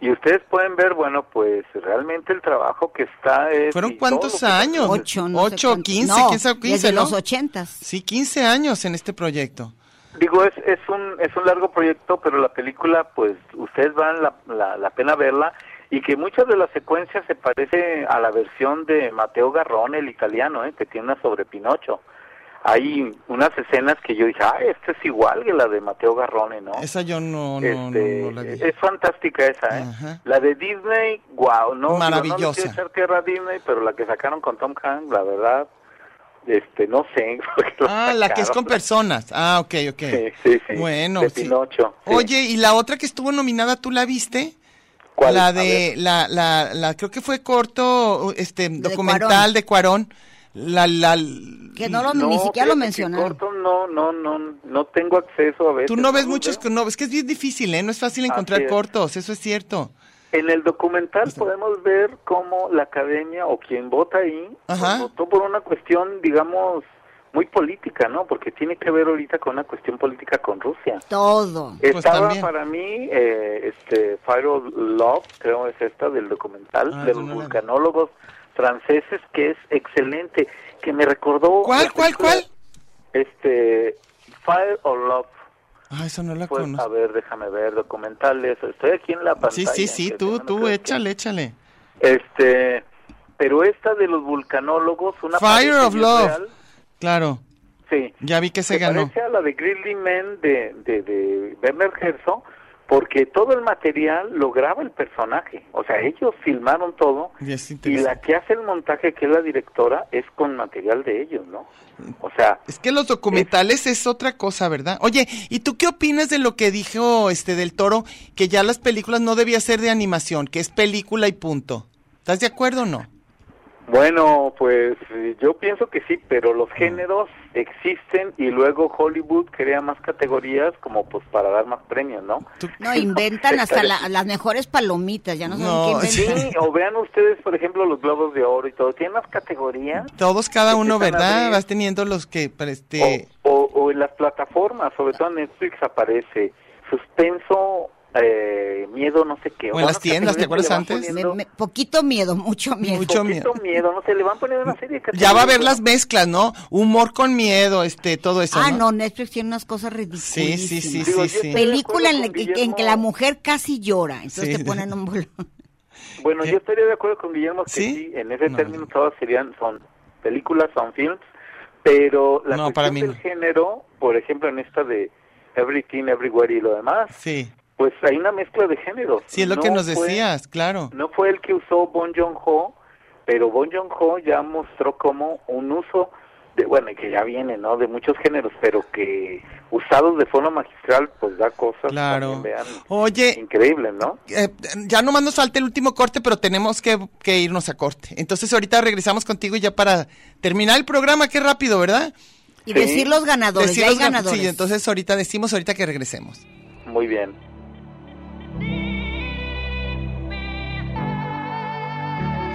Speaker 4: y ustedes pueden ver, bueno, pues realmente el trabajo que está... es-
Speaker 3: ¿Fueron
Speaker 4: y
Speaker 3: cuántos
Speaker 4: todo lo que-
Speaker 3: años?
Speaker 1: Ocho, no sé
Speaker 3: Ocho,
Speaker 1: cuánto.
Speaker 3: 15,
Speaker 1: No,
Speaker 3: quién sabe, 15,
Speaker 1: desde
Speaker 3: ¿no?
Speaker 1: los ochentas.
Speaker 3: Sí, 15 años en este proyecto.
Speaker 4: Digo, es, es, un, es un largo proyecto, pero la película, pues ustedes van la, la, la pena verla y que muchas de las secuencias se parece a la versión de Mateo Garrón, el italiano, ¿eh? que tiene una sobre Pinocho. Hay unas escenas que yo dije, ah, esta es igual que la de Mateo Garrone, ¿no?
Speaker 3: Esa yo no, no,
Speaker 4: Este,
Speaker 3: no, no la vi.
Speaker 4: Es fantástica esa, ¿eh?
Speaker 3: Ajá.
Speaker 4: La de Disney, wow, no, digo, No,
Speaker 3: Maravillosa.
Speaker 4: le quiero echar tierra a Disney, pero la que sacaron con Tom Hanks, la verdad, este, no sé. por qué
Speaker 3: Ah, la que es con
Speaker 4: sacaron.
Speaker 3: personas. Ah, ok, ok.
Speaker 4: Sí, sí, sí.
Speaker 3: Bueno,
Speaker 4: De
Speaker 3: sí.
Speaker 4: Pinocho, sí.
Speaker 3: Oye, ¿y la otra que estuvo nominada tú la viste?
Speaker 4: ¿Cuál?
Speaker 3: La
Speaker 4: A
Speaker 3: de,
Speaker 4: ver.
Speaker 3: la, la, la, creo que fue corto, este, documental
Speaker 1: Cuarón.
Speaker 3: de Cuarón. La, la,
Speaker 1: Que no lo,
Speaker 4: No,
Speaker 1: ni siquiera lo
Speaker 4: fíjate que
Speaker 1: mencionaron.
Speaker 4: corto no, no, no, no tengo acceso a veces.
Speaker 3: tú no ves
Speaker 4: los
Speaker 3: muchos,
Speaker 4: veo.
Speaker 3: no, es que es bien difícil, ¿eh? No es fácil encontrar
Speaker 4: Así es.
Speaker 3: cortos, eso es cierto.
Speaker 4: En el documental podemos ver cómo la academia o quien vota ahí pues,
Speaker 3: Ajá.
Speaker 4: votó por una cuestión, digamos, muy política, ¿no? Porque tiene que ver ahorita con una cuestión política con Rusia.
Speaker 1: Todo.
Speaker 3: Pues
Speaker 4: Estaba
Speaker 3: también.
Speaker 4: para mí eh, este Fire of Love, creo es esta del documental
Speaker 3: Ah,
Speaker 4: de
Speaker 3: esa
Speaker 4: los
Speaker 3: no la vi.
Speaker 4: vulcanólogos franceses que es excelente, que me recordó
Speaker 3: ¿Cuál,
Speaker 4: la
Speaker 3: cuál,
Speaker 4: película,
Speaker 3: cuál?
Speaker 4: Este Fire of Love.
Speaker 3: Ah, eso no la
Speaker 4: Pues, a
Speaker 3: conozco.
Speaker 4: ver, déjame ver documentales. Estoy aquí en la
Speaker 3: Sí,
Speaker 4: pantalla.
Speaker 3: sí, sí,
Speaker 4: que
Speaker 3: tú,
Speaker 4: no
Speaker 3: tú,
Speaker 4: creo
Speaker 3: échale, échale.
Speaker 4: que- Este, pero esta de los vulcanólogos, una
Speaker 3: Fire
Speaker 4: parece
Speaker 3: of
Speaker 4: bien
Speaker 3: Love.
Speaker 4: real.
Speaker 3: Claro,
Speaker 4: Sí.
Speaker 3: ya vi que se
Speaker 4: Se
Speaker 3: ganó.
Speaker 4: parece a la de Grizzly Man de, de, de Werner Herzog, porque todo el material lo graba el personaje. O sea, ellos filmaron todo.
Speaker 3: Y es
Speaker 4: Y
Speaker 3: interesante.
Speaker 4: la que hace el montaje, que es la directora, es con material de ellos, ¿no?
Speaker 3: Mm.
Speaker 4: O sea,
Speaker 3: Es que los documentales es otra cosa, ¿verdad? Oye, ¿y tú qué opinas de lo que dijo este del Toro que ya las películas no debía ser de animación, que es película y punto? ¿Estás de acuerdo o no?
Speaker 4: Bueno, pues eh, yo pienso que sí, pero
Speaker 3: Mm.
Speaker 4: los géneros existen y luego Hollywood crea más categorías como pues para dar más premios, ¿no?
Speaker 3: Tú-
Speaker 1: No, inventan hasta la- las mejores palomitas, ya no saben
Speaker 3: No,
Speaker 1: qué inventan.
Speaker 4: Sí, o vean ustedes, por ejemplo, los globos de oro y todo, tienen las categorías
Speaker 3: Todos cada uno,
Speaker 4: Empiezan a
Speaker 3: ¿verdad?
Speaker 4: abrir.
Speaker 3: Vas teniendo los que para
Speaker 4: Oh,
Speaker 3: este
Speaker 4: o, o- o en las plataformas, sobre todo en Netflix aparece suspenso, eh, miedo, no sé qué.
Speaker 3: O en
Speaker 4: sea,
Speaker 3: las
Speaker 4: unas
Speaker 3: tiendas, ¿te
Speaker 4: categorías
Speaker 3: acuerdas
Speaker 4: que le van
Speaker 3: antes?
Speaker 1: Me-
Speaker 4: poniendo
Speaker 1: me- poquito miedo, mucho miedo.
Speaker 3: Mucho
Speaker 4: poquito
Speaker 3: miedo.
Speaker 4: miedo, no sé, le van poniendo una serie de
Speaker 3: ya va a haber las
Speaker 4: categorías.
Speaker 3: mezclas, ¿no? Humor con miedo, este todo eso.
Speaker 1: ah,
Speaker 3: ¿no?
Speaker 1: no, Netflix tiene unas cosas ridículas.
Speaker 3: Sí, sí, sí,
Speaker 4: Digo,
Speaker 3: sí,
Speaker 4: yo
Speaker 3: sí.
Speaker 4: estoy-
Speaker 1: Película en la que,
Speaker 4: Estoy de acuerdo con
Speaker 1: en que la
Speaker 4: Guillermo.
Speaker 1: mujer casi llora, entonces
Speaker 3: Sí.
Speaker 1: te ponen un bolón.
Speaker 4: Bueno,
Speaker 3: ¿Qué?
Speaker 4: yo estaría de acuerdo con Guillermo que
Speaker 3: Eh. ¿Sí?
Speaker 4: sí, en ese
Speaker 3: No,
Speaker 4: término
Speaker 3: no.
Speaker 4: todas serían, son películas, son films, pero la
Speaker 3: No,
Speaker 4: cuestión
Speaker 3: para mí
Speaker 4: del
Speaker 3: no.
Speaker 4: género, por ejemplo, en esta de Everything, Everywhere y lo demás,
Speaker 3: Sí.
Speaker 4: pues hay una mezcla de géneros.
Speaker 3: Sí, es lo
Speaker 4: No pues,
Speaker 3: que nos
Speaker 4: fue-
Speaker 3: decías, claro.
Speaker 4: No fue el que usó Bon Joon-ho, pero Bon Joon-ho ya mostró como un uso de, bueno, y que ya viene, ¿no?, de muchos géneros, pero que usados de forma magistral, pues da cosas
Speaker 3: Claro.
Speaker 4: también, vean,
Speaker 3: Oye,
Speaker 4: increíbles, ¿no?
Speaker 3: Eh, ya nomás nos falta el último corte, pero tenemos que, que irnos a corte. Entonces ahorita regresamos contigo ya para terminar el programa, qué rápido, ¿verdad?
Speaker 1: Y
Speaker 4: Sí.
Speaker 1: decir los ganadores,
Speaker 3: Decir
Speaker 1: ya hay
Speaker 3: los gan-
Speaker 1: ganadores.
Speaker 3: Sí, entonces ahorita decimos ahorita que regresemos.
Speaker 4: Muy bien.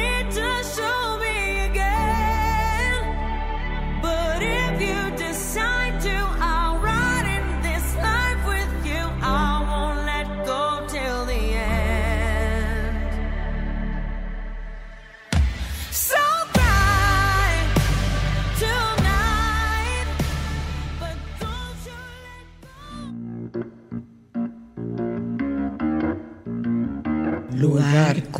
Speaker 5: need to show me again. But if you decide to, I'll ride in this life with you. I won't let go till the end. So cry tonight, but don't you let
Speaker 6: Lugar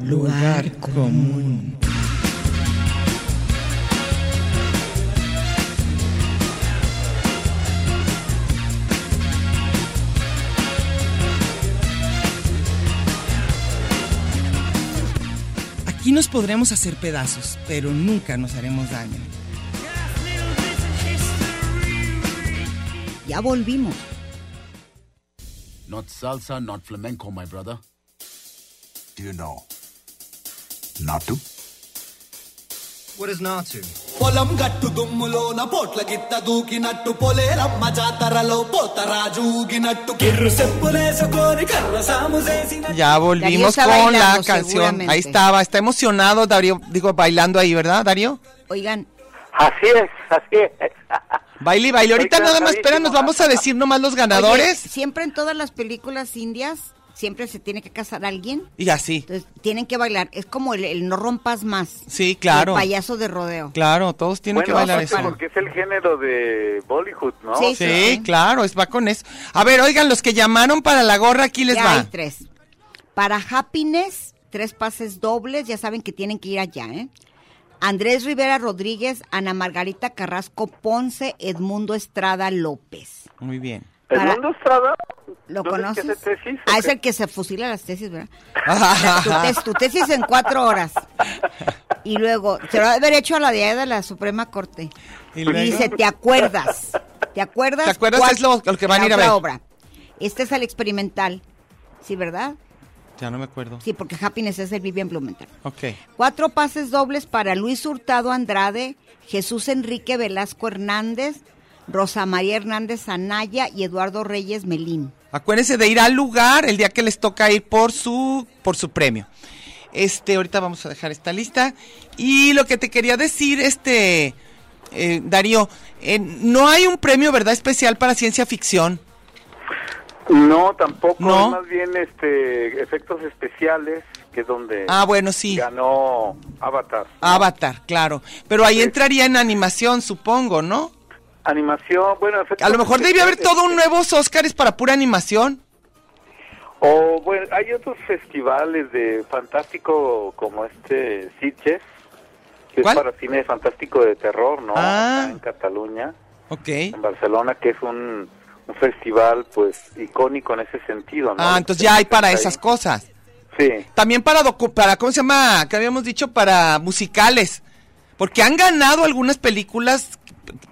Speaker 1: Lugar
Speaker 6: común. Aquí nos podremos hacer pedazos, pero nunca nos haremos daño.
Speaker 1: Ya volvimos.
Speaker 7: Not salsa, not flamenco, my brother.
Speaker 8: Do you know? Natu?
Speaker 5: What is Natu?
Speaker 9: పొలం గట్టు దుమ్ములోన పోట్ల గిత్త దూకినట్టు పొలేరమ్మ జాతరలో పోతరాజు ఊగినట్టు కిర్రు చెప్పులేసుకొని కర్ర సాము చేసిన
Speaker 3: Ya
Speaker 1: Darío
Speaker 3: volvimos
Speaker 1: está
Speaker 3: con la
Speaker 1: bailando,
Speaker 3: canción.
Speaker 1: seguramente.
Speaker 3: Ahí estaba, está emocionado Darío, digo, bailando ahí, ¿verdad, Darío?
Speaker 1: Oigan,
Speaker 4: Así es, así es.
Speaker 3: Baile, y baile. Ahorita
Speaker 4: Estoy
Speaker 3: nada más, espera,
Speaker 4: cansadísimo.
Speaker 3: nos vamos a decir nomás los ganadores.
Speaker 1: oye, siempre en todas las películas indias, siempre se tiene que casar alguien.
Speaker 3: Y así.
Speaker 1: Entonces tienen que bailar. Es como el, el no rompas más.
Speaker 3: Sí, claro.
Speaker 1: El payaso de rodeo.
Speaker 3: Claro, todos tienen que
Speaker 4: Bueno,
Speaker 3: bailar
Speaker 4: aparte
Speaker 3: eso.
Speaker 4: porque es el género de Bollywood, ¿no?
Speaker 1: Sí.
Speaker 3: Sí, claro, es va con eso. A ver, oigan, los que llamaron para la gorra, aquí les
Speaker 1: ya hay
Speaker 3: va.
Speaker 1: tres. Para Happiness, tres pases dobles. Ya saben que tienen que ir allá, ¿eh? Andrés Rivera Rodríguez, Ana Margarita Carrasco Ponce, Edmundo Estrada López.
Speaker 3: Muy bien.
Speaker 4: ¿El
Speaker 1: Para-
Speaker 4: mundo Estrada?
Speaker 1: ¿Lo
Speaker 4: ¿No es el que
Speaker 1: conoces?
Speaker 4: hace tesis, o
Speaker 1: ah, es
Speaker 4: qué?
Speaker 1: el que se fusila las tesis, ¿verdad? tu, tes- tu tesis en cuatro horas. Y luego, se lo ha de haber hecho a la diada de la Suprema Corte.
Speaker 3: ¿Y
Speaker 1: Y
Speaker 3: luego?
Speaker 1: dice, ¿te acuerdas? ¿Te acuerdas?
Speaker 3: ¿Te acuerdas?
Speaker 1: cuál-
Speaker 3: Es lo- lo que van
Speaker 1: la
Speaker 3: a ir a
Speaker 1: otra
Speaker 3: ver.
Speaker 1: obra. Este es el experimental. Sí, ¿verdad?
Speaker 3: Ya no me acuerdo.
Speaker 1: Sí, porque Happiness es el Vivian Blumenthal.
Speaker 3: Ok.
Speaker 1: Cuatro pases dobles para Luis Hurtado Andrade, Jesús Enrique Velasco Hernández, Rosa María Hernández Anaya y Eduardo Reyes Melín.
Speaker 3: Acuérdense de ir al lugar el día que les toca ir por su por su premio. Este, ahorita vamos a dejar esta lista y lo que te quería decir, este eh, Darío, eh, no hay un premio verdad especial para ciencia ficción.
Speaker 4: No, tampoco.
Speaker 3: No.
Speaker 4: Más bien este, efectos especiales, que es donde
Speaker 3: Ah, bueno, sí.
Speaker 4: ganó Avatar.
Speaker 3: Avatar, claro. Pero ahí entraría en animación, supongo, ¿no?
Speaker 4: Animación, bueno, efectos
Speaker 3: A lo mejor debía haber
Speaker 4: especiales.
Speaker 3: todo un nuevo Óscares para pura animación.
Speaker 4: O bueno, hay otros festivales de fantástico como este Sitges, que
Speaker 3: ¿Cuál?
Speaker 4: es para cine fantástico de terror, ¿no?
Speaker 3: Ah.
Speaker 4: Acá En Cataluña,
Speaker 3: Ok.
Speaker 4: en Barcelona, que es un, un festival pues icónico en ese sentido, ¿no?
Speaker 3: Ah, entonces ya hay para esas cosas.
Speaker 4: Sí.
Speaker 3: También para, docu- para ¿cómo se llama? Que habíamos dicho, para musicales. Porque han ganado algunas películas,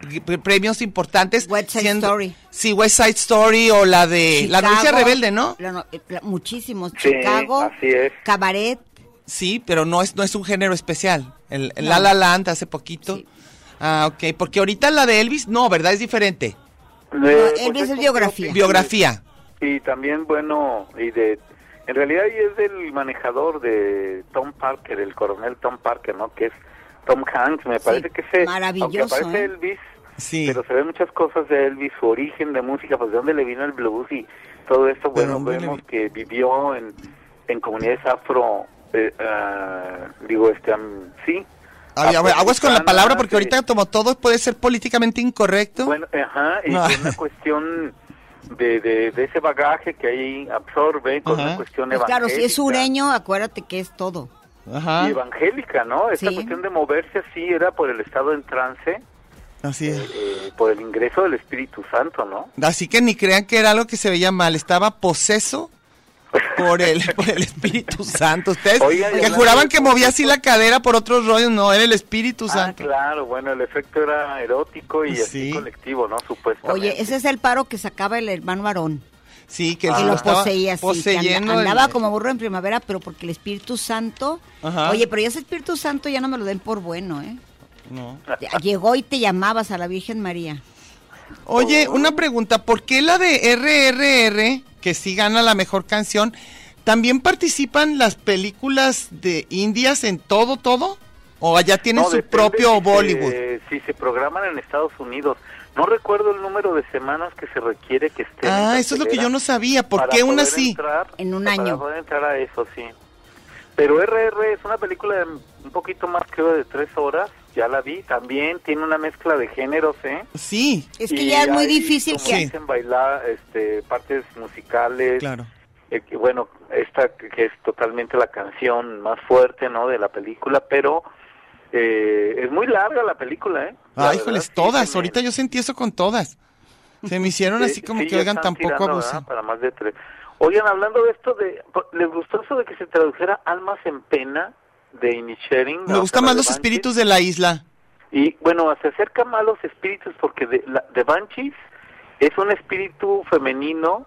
Speaker 3: p- p- premios importantes.
Speaker 1: West Side Story.
Speaker 3: Sí, West Side Story o la de Eh, La
Speaker 1: Chicago,
Speaker 3: Noche Rebelde, ¿no?
Speaker 1: la no- eh, la- muchísimos.
Speaker 4: Sí,
Speaker 1: Chicago,
Speaker 4: así es.
Speaker 1: Cabaret,
Speaker 3: Sí, pero no es, no es un género especial. El, el
Speaker 1: No.
Speaker 3: La La Land hace poquito.
Speaker 1: Sí.
Speaker 3: Ah, ok. Porque ahorita la de Elvis, no, ¿verdad? Es diferente. Ah,
Speaker 4: Eh,
Speaker 1: él es
Speaker 4: es un
Speaker 1: biografía.
Speaker 4: propio-
Speaker 3: Biografía.
Speaker 4: Y también, bueno, y de... En realidad y es del manejador de Tom Parker, el coronel Tom Parker, ¿no? Que es Tom Hanks, me
Speaker 1: Sí,
Speaker 4: parece que se... Aunque
Speaker 1: maravilloso,
Speaker 4: aparece
Speaker 1: ¿eh?
Speaker 4: Elvis,
Speaker 3: Sí.
Speaker 4: pero se ven muchas cosas de Elvis, su origen de música, pues de dónde le vino el blues y todo esto,
Speaker 3: ¿De
Speaker 4: bueno,
Speaker 3: dónde le
Speaker 4: vemos
Speaker 3: vi-
Speaker 4: que vivió en, en comunidades afro, eh, ah, digo, este, am- sí.
Speaker 3: Ah, ya, bueno, aguas con la palabra porque
Speaker 4: afroamericanas,
Speaker 3: ahorita como todo puede ser políticamente incorrecto.
Speaker 4: sí. Bueno, ajá, y
Speaker 3: No.
Speaker 4: con una cuestión de, de, de ese bagaje que ahí absorbe, con
Speaker 3: Ajá.
Speaker 4: una cuestión
Speaker 1: Pues claro, si es
Speaker 4: evangélica.
Speaker 1: sureño, acuérdate que es todo.
Speaker 3: Ajá.
Speaker 4: Y evangélica, ¿no? Esta
Speaker 1: Sí.
Speaker 4: cuestión de moverse así era por el estado en trance,
Speaker 3: Así es.
Speaker 4: eh, por el ingreso del Espíritu Santo, ¿no?
Speaker 3: Así que ni crean que era algo que se veía mal, estaba poseso por el, por el Espíritu Santo. Ustedes
Speaker 4: Oiga, y
Speaker 3: que
Speaker 4: hablando
Speaker 3: juraban
Speaker 4: de
Speaker 3: que movía así la cadera por otros rollos, no, era el Espíritu
Speaker 4: Ah,
Speaker 3: Santo.
Speaker 4: claro, bueno, el efecto era erótico y
Speaker 3: Sí.
Speaker 4: así colectivo, ¿no? Supuestamente.
Speaker 1: Oye, ese es el paro que sacaba el hermano varón.
Speaker 3: Sí, que
Speaker 4: Ah.
Speaker 1: Que
Speaker 3: se
Speaker 1: lo
Speaker 3: estaba
Speaker 1: poseía así. que anda-
Speaker 3: poseyendo
Speaker 1: andaba
Speaker 3: el-
Speaker 1: como burro en primavera, pero porque el Espíritu Santo.
Speaker 3: Ajá.
Speaker 1: Oye, pero ya ese Espíritu Santo ya no me lo den por bueno, ¿eh?
Speaker 3: No.
Speaker 1: Llegó y te llamabas a la Virgen María.
Speaker 3: Oye,
Speaker 4: Oh.
Speaker 3: una pregunta, ¿por qué la de RRR, que sí gana la mejor canción, también participan las películas de indias en todo, todo? ¿O allá tienen
Speaker 4: No,
Speaker 3: su
Speaker 4: depende
Speaker 3: propio
Speaker 4: si se-
Speaker 3: Bollywood?
Speaker 4: si se programan en Estados Unidos. No recuerdo el número de semanas que se requiere que esté.
Speaker 3: Ah, eso es lo que yo no sabía, ¿por qué una sí?
Speaker 1: En un año.
Speaker 4: Para poder entrar a eso, sí. Pero RR es una película un poquito más creo de tres horas, ya la vi, también tiene una mezcla de géneros, ¿eh?
Speaker 3: Sí.
Speaker 1: Es que ya es muy difícil
Speaker 4: como
Speaker 1: que-
Speaker 4: dicen bailar este, partes musicales.
Speaker 3: Claro.
Speaker 4: Eh, que, bueno, esta que es totalmente la canción más fuerte, ¿no? De la película, pero eh, es muy larga la película, ¿eh? La
Speaker 3: Ay,
Speaker 4: verdad,
Speaker 3: Ah, híjoles,
Speaker 4: sí,
Speaker 3: todas.
Speaker 4: tiene-
Speaker 3: Ahorita yo sentí eso con todas. Se me hicieron
Speaker 4: Sí,
Speaker 3: así como
Speaker 4: sí,
Speaker 3: que,
Speaker 4: ya
Speaker 3: oigan,
Speaker 4: están
Speaker 3: tampoco
Speaker 4: tirando, ¿verdad?
Speaker 3: abusen.
Speaker 4: Para más de tres. Oigan, hablando de esto, de, pues, ¿les gustó eso de que se tradujera Almas en Pena de Inisherin?
Speaker 3: Me gustan más los espíritus de la isla.
Speaker 4: Y bueno, se acercan más los espíritus porque de, la, de Banshees es un espíritu femenino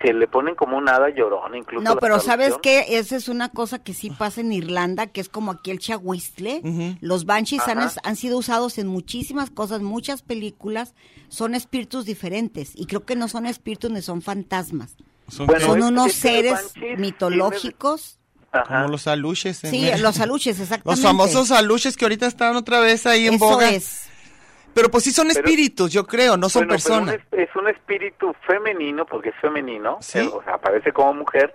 Speaker 4: que le ponen como un hada llorona incluso.
Speaker 1: No,
Speaker 4: la
Speaker 1: pero ¿sabes
Speaker 4: traducción.
Speaker 1: qué? Esa es una cosa que sí pasa en Irlanda, que es como aquí el chahuistle.
Speaker 3: Ujú.
Speaker 1: Los banshees han,
Speaker 4: Ajá.
Speaker 1: han sido usados en muchísimas cosas, muchas películas. Son espíritus diferentes y creo que no son espíritus ni son fantasmas.
Speaker 3: Son
Speaker 4: Bueno,
Speaker 3: como-
Speaker 1: son
Speaker 4: es-
Speaker 1: unos
Speaker 4: es que el
Speaker 1: seres
Speaker 4: banshee tiene-
Speaker 1: mitológicos.
Speaker 4: Ajá.
Speaker 3: como los aluches. en-
Speaker 1: Sí, los aluches,
Speaker 3: Los
Speaker 1: exactamente.
Speaker 3: famosos aluches que ahorita están otra vez ahí en
Speaker 1: Eso
Speaker 3: boga.
Speaker 1: es.
Speaker 3: Pero pues sí son
Speaker 4: Pero-
Speaker 3: espíritus, yo creo, no son
Speaker 4: Bueno, pero un
Speaker 3: personas.
Speaker 4: es, es un espíritu femenino, porque es femenino,
Speaker 3: ¿Sí?
Speaker 4: eh, o sea, aparece como mujer,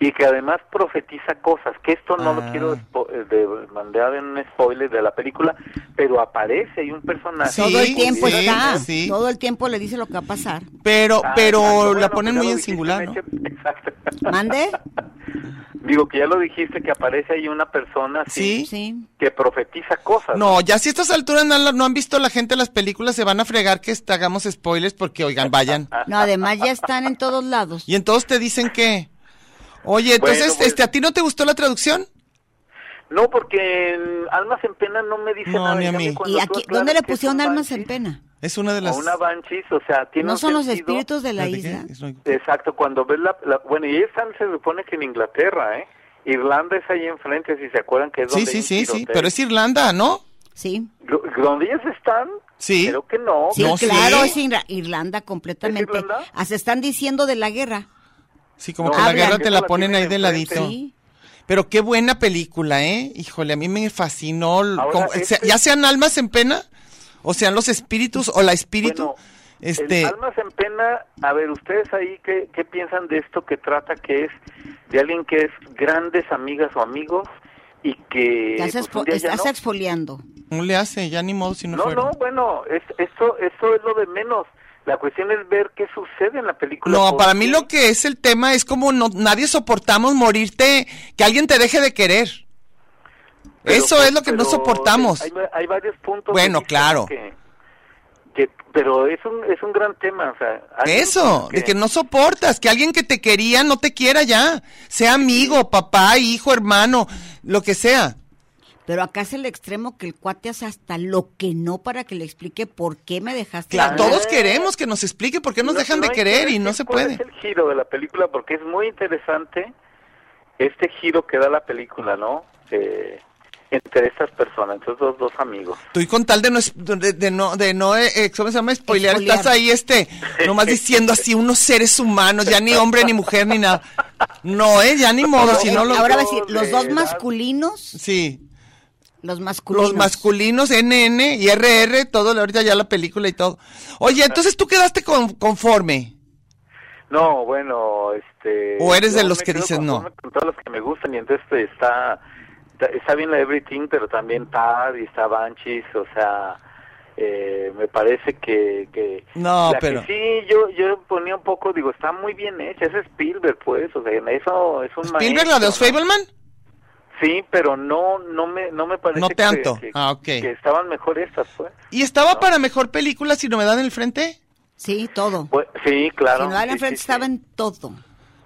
Speaker 4: y que además profetiza cosas, que esto no
Speaker 3: Ah.
Speaker 4: lo quiero spo- eh, de, mandar en un spoiler de la película, pero aparece y un personaje.
Speaker 3: Sí,
Speaker 1: Todo el tiempo
Speaker 3: sí,
Speaker 1: está.
Speaker 3: sí.
Speaker 1: Todo el tiempo le dice lo que va a pasar.
Speaker 3: Pero,
Speaker 4: Ah,
Speaker 3: pero la
Speaker 4: exacto. Bueno,
Speaker 3: ponen muy
Speaker 4: pues ya lo
Speaker 3: en
Speaker 4: dijiste,
Speaker 3: singular, ¿no?
Speaker 4: Meche. Exacto.
Speaker 1: ¿Mande?
Speaker 4: Digo que ya lo dijiste, que aparece ahí una persona
Speaker 3: Sí.
Speaker 4: así,
Speaker 1: Sí.
Speaker 4: que profetiza cosas.
Speaker 3: No, ya si a estas alturas no, la- no han visto la gente las películas, se van a fregar que est- hagamos spoilers porque, oigan, vayan.
Speaker 1: No, además ya están en todos lados.
Speaker 3: Y entonces te dicen que... Oye,
Speaker 4: Bueno,
Speaker 3: entonces,
Speaker 4: pues-
Speaker 3: este, ¿a ti no te gustó la traducción?
Speaker 4: No, porque en Almas en Pena no me dice
Speaker 3: No,
Speaker 4: nada.
Speaker 3: ni a
Speaker 4: Ya
Speaker 3: mí.
Speaker 4: me- cuando
Speaker 1: ¿Y
Speaker 4: tú
Speaker 1: aquí
Speaker 4: aclaras
Speaker 1: dónde le
Speaker 4: que es
Speaker 1: pusieron
Speaker 4: un
Speaker 1: armas en
Speaker 4: banshee
Speaker 1: pena?
Speaker 3: Es una de
Speaker 4: o
Speaker 3: las...
Speaker 4: una Banshees, o sea, tiene
Speaker 1: ¿No
Speaker 4: un
Speaker 1: son los
Speaker 4: sentido-
Speaker 1: espíritus de la
Speaker 3: ¿De qué?
Speaker 1: isla?
Speaker 3: Es una-
Speaker 4: Exacto, cuando ves la, la- Bueno, y ellos están, se supone que en Inglaterra, ¿eh? Irlanda es ahí enfrente, si se acuerdan que es
Speaker 3: Sí,
Speaker 4: donde...
Speaker 3: sí,
Speaker 4: hay un
Speaker 3: sí, sí,
Speaker 4: tiroteo.
Speaker 3: pero es Irlanda, ¿no?
Speaker 1: Sí.
Speaker 4: Gr- ¿Dónde ellos están?
Speaker 3: Sí.
Speaker 4: Creo que no.
Speaker 1: Sí,
Speaker 3: No sé.
Speaker 1: claro, es Irla- Irlanda completamente.
Speaker 4: ¿Es Irlanda?
Speaker 1: Ah, Se están diciendo de la guerra.
Speaker 3: Sí, como
Speaker 4: No,
Speaker 3: que la
Speaker 1: hablan.
Speaker 3: guerra te la
Speaker 4: La
Speaker 3: ponen
Speaker 4: tienen
Speaker 3: ahí de
Speaker 4: enfrente.
Speaker 3: ladito.
Speaker 1: Sí.
Speaker 3: Pero qué buena película, ¿eh? Híjole, a mí me fascinó. l-
Speaker 4: Ahora,
Speaker 3: como-
Speaker 4: este-
Speaker 3: se- Ya sean almas en pena, o sean los espíritus o la espíritu.
Speaker 4: Bueno,
Speaker 3: este,
Speaker 4: En Almas en Pena, a ver, ustedes ahí, qué, ¿qué piensan de esto que trata que es de alguien que es grandes amigas o amigos y que...
Speaker 1: Ya se
Speaker 4: pues,
Speaker 1: expo-
Speaker 4: un día ya
Speaker 1: estás
Speaker 4: no?
Speaker 1: exfoliando.
Speaker 3: no le hace, ya ni modo si no,
Speaker 4: No,
Speaker 3: fuera.
Speaker 4: no, bueno, es, esto, esto es lo de menos. La cuestión es ver qué sucede en la película.
Speaker 3: No, para
Speaker 4: porque-
Speaker 3: mí lo que es el tema es como no, nadie soportamos morirte, que alguien te deje de querer.
Speaker 4: Pero, pues,
Speaker 3: Eso es lo que no
Speaker 4: pero
Speaker 3: soportamos.
Speaker 4: Hay, hay varios puntos.
Speaker 3: Bueno,
Speaker 4: que dicen
Speaker 3: claro.
Speaker 4: que- que- pero es un, es un gran tema. O sea, hay
Speaker 3: Eso,
Speaker 4: un-
Speaker 3: de que no soportas, que alguien que te quería no te quiera ya, sea amigo, papá, hijo, hermano, lo que sea.
Speaker 1: Pero acá es el extremo que el cuate hace hasta lo que no para que le explique por qué me dejaste.
Speaker 3: Claro,
Speaker 1: la
Speaker 3: todos
Speaker 1: vida.
Speaker 3: queremos que nos explique por qué nos
Speaker 4: no-
Speaker 3: dejan
Speaker 4: no
Speaker 3: de
Speaker 4: hay
Speaker 3: querer
Speaker 4: que
Speaker 3: y no
Speaker 4: decir
Speaker 3: se
Speaker 4: cuál
Speaker 3: puede.
Speaker 4: Es el giro de la película porque es muy interesante este giro que da la película, ¿no? Eh, entre estas personas, entre estos dos amigos.
Speaker 3: Tú y con tal de no, es- de, de no, de no, eh, ¿cómo se llama? Spoilear,
Speaker 1: Exfoliar.
Speaker 3: estás ahí, este, nomás diciendo así, unos seres humanos, ya ni hombre, ni mujer, ni nada. No, eh, ya ni modo, si no
Speaker 1: Eh,
Speaker 3: lo...
Speaker 1: Ahora va a decir, los
Speaker 4: de
Speaker 1: dos
Speaker 4: edad.
Speaker 1: masculinos,
Speaker 3: Sí,
Speaker 1: los masculinos.
Speaker 3: los masculinos, NN y RR, todo, ahorita ya la película y todo. Oye, entonces tú quedaste con- conforme.
Speaker 4: No, bueno, este...
Speaker 3: ¿O eres de
Speaker 4: yo
Speaker 3: los
Speaker 4: me
Speaker 3: que
Speaker 4: quedo
Speaker 3: dices
Speaker 4: conforme
Speaker 3: no?
Speaker 4: Con todos los que me gustan y entonces pues, está, está, está bien la Everything, pero también Tad y está Banshees, o sea, eh, me parece que... que
Speaker 3: No,
Speaker 4: la que
Speaker 3: pero-
Speaker 4: sí, yo, yo ponía un poco, digo, está muy bien hecha, es Spielberg, pues, o sea, en eso es un
Speaker 3: ¿Spielberg, la de los
Speaker 4: maestro, ¿no?
Speaker 3: Fableman?
Speaker 4: Sí, pero no, no me, no me parece
Speaker 3: No
Speaker 4: que-
Speaker 3: tanto.
Speaker 4: Que,
Speaker 3: Ah, ok.
Speaker 4: que estaban mejor estas, pues.
Speaker 3: ¿Y estaba para mejor película si novedad en el frente?
Speaker 1: Sí, todo.
Speaker 4: Pues, sí, claro.
Speaker 1: si no, en
Speaker 4: sí,
Speaker 1: frente
Speaker 4: sí,
Speaker 1: estaba
Speaker 4: sí.
Speaker 1: en todo.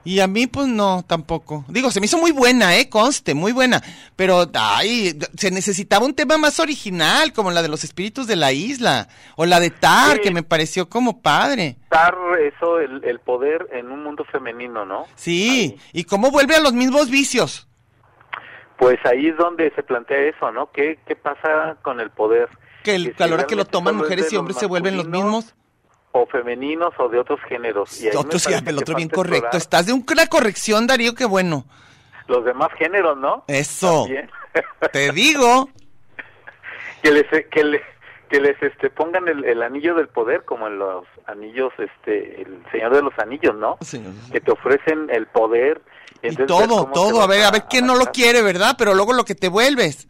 Speaker 3: Y a mí, pues no, tampoco. Digo, se me hizo muy buena, ¿eh? Conste, muy buena. Pero, ay, se necesitaba un tema más original, como la de los espíritus de la isla. O la de Tar,
Speaker 4: Sí.
Speaker 3: que me pareció como padre.
Speaker 4: Dar eso, el, el poder en un mundo femenino, ¿no?
Speaker 3: Sí. ¿Y cómo vuelve a los mismos vicios?
Speaker 4: Pues ahí es donde se plantea eso, ¿no? ¿Qué, qué pasa con el poder?
Speaker 3: Que, el, que a la hora que lo
Speaker 4: realmente
Speaker 3: toman
Speaker 4: solo es
Speaker 3: mujeres
Speaker 4: de
Speaker 3: y
Speaker 4: los
Speaker 3: hombres se vuelven los
Speaker 4: masculinos
Speaker 3: mismos.
Speaker 4: O femeninos o de otros géneros. Y ahí me
Speaker 3: Otro, sí,
Speaker 4: parece
Speaker 3: el
Speaker 4: que
Speaker 3: otro bien
Speaker 4: falta
Speaker 3: correcto.
Speaker 4: explorar
Speaker 3: Estás de un- una corrección, Darío, qué bueno.
Speaker 4: Los demás géneros, ¿no?
Speaker 3: Eso.
Speaker 4: También.
Speaker 3: Te digo.
Speaker 4: que les, eh, que le- que les este, pongan el, el anillo del poder, como en los anillos, este, el Señor de los Anillos, ¿no?
Speaker 3: Señor.
Speaker 4: Que te ofrecen el poder
Speaker 3: Y
Speaker 4: Entonces,
Speaker 3: todo,
Speaker 4: ¿cómo te
Speaker 3: todo.
Speaker 4: vas
Speaker 3: A ver, a ver quién no lo
Speaker 4: adaptar?
Speaker 3: quiere, ¿verdad? Pero luego lo que te vuelves.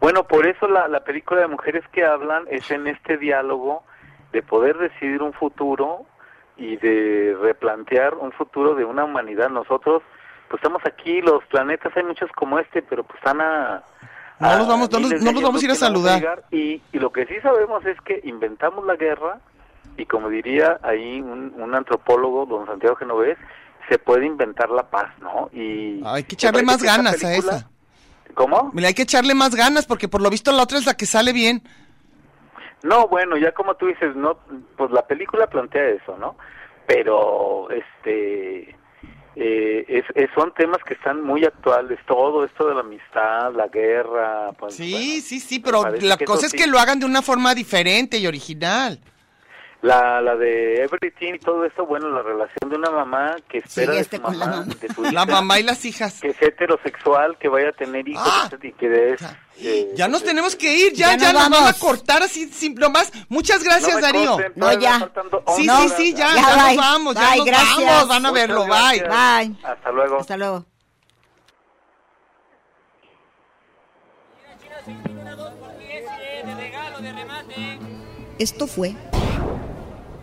Speaker 4: Bueno, por eso la, la película de Mujeres que Hablan es en este diálogo de poder decidir un futuro y de replantear un futuro de una humanidad. Nosotros, pues estamos aquí, los planetas hay muchos como este, pero pues están a...
Speaker 3: No los vamos- no los-
Speaker 4: miles
Speaker 3: no
Speaker 4: de
Speaker 3: los vamos a ir a
Speaker 4: que no
Speaker 3: saludar.
Speaker 4: llegar. y, y lo que sí sabemos es que inventamos la guerra y como diría ahí un, un antropólogo, don Santiago Genovés, se puede inventar la paz, ¿no? Y
Speaker 3: Hay que echarle
Speaker 4: me parece
Speaker 3: más
Speaker 4: que esta
Speaker 3: ganas a
Speaker 4: película-
Speaker 3: esa.
Speaker 4: ¿Cómo?
Speaker 3: Mira, hay que echarle más ganas porque por lo visto la otra es la que sale bien.
Speaker 4: No, bueno, ya como tú dices, no, pues la película plantea eso, ¿no? Pero, este, eh, es, es- son temas que están muy actuales, todo esto de la amistad, la guerra. Pues,
Speaker 3: Sí,
Speaker 4: bueno,
Speaker 3: sí, sí,
Speaker 4: me
Speaker 3: pero
Speaker 4: parece
Speaker 3: la
Speaker 4: que eso
Speaker 3: cosa es
Speaker 4: sí.
Speaker 3: que lo hagan de una forma diferente y original.
Speaker 4: La, la de Everything y todo esto, bueno, la relación de una mamá que espera de
Speaker 1: Siguiente
Speaker 4: su
Speaker 1: con la
Speaker 4: mamá,
Speaker 1: mamá.
Speaker 4: de su
Speaker 3: este La
Speaker 4: hija,
Speaker 3: mamá y las hijas.
Speaker 4: que es heterosexual, que vaya a tener hijos
Speaker 3: ¡Ah!
Speaker 4: y que es... eh,
Speaker 3: Ya nos tenemos que ir, ya,
Speaker 1: Ya
Speaker 3: ya
Speaker 1: nos
Speaker 3: nos van a
Speaker 1: vamos.
Speaker 3: cortar así, sin, nomás. Muchas gracias,
Speaker 4: me
Speaker 3: Darío.
Speaker 4: corten,
Speaker 1: No,
Speaker 4: todavía
Speaker 1: ya.
Speaker 4: faltando
Speaker 3: Sí,
Speaker 1: No,
Speaker 3: sí,
Speaker 4: 11
Speaker 3: sí, ya,
Speaker 4: horas.
Speaker 1: ya,
Speaker 3: ya nos
Speaker 1: bye.
Speaker 3: vamos, ya
Speaker 1: Bye,
Speaker 3: nos
Speaker 1: gracias.
Speaker 3: vamos, van a
Speaker 4: Muchas
Speaker 3: verlo, bye.
Speaker 4: gracias.
Speaker 1: Bye.
Speaker 4: Hasta luego.
Speaker 1: Hasta luego. Esto fue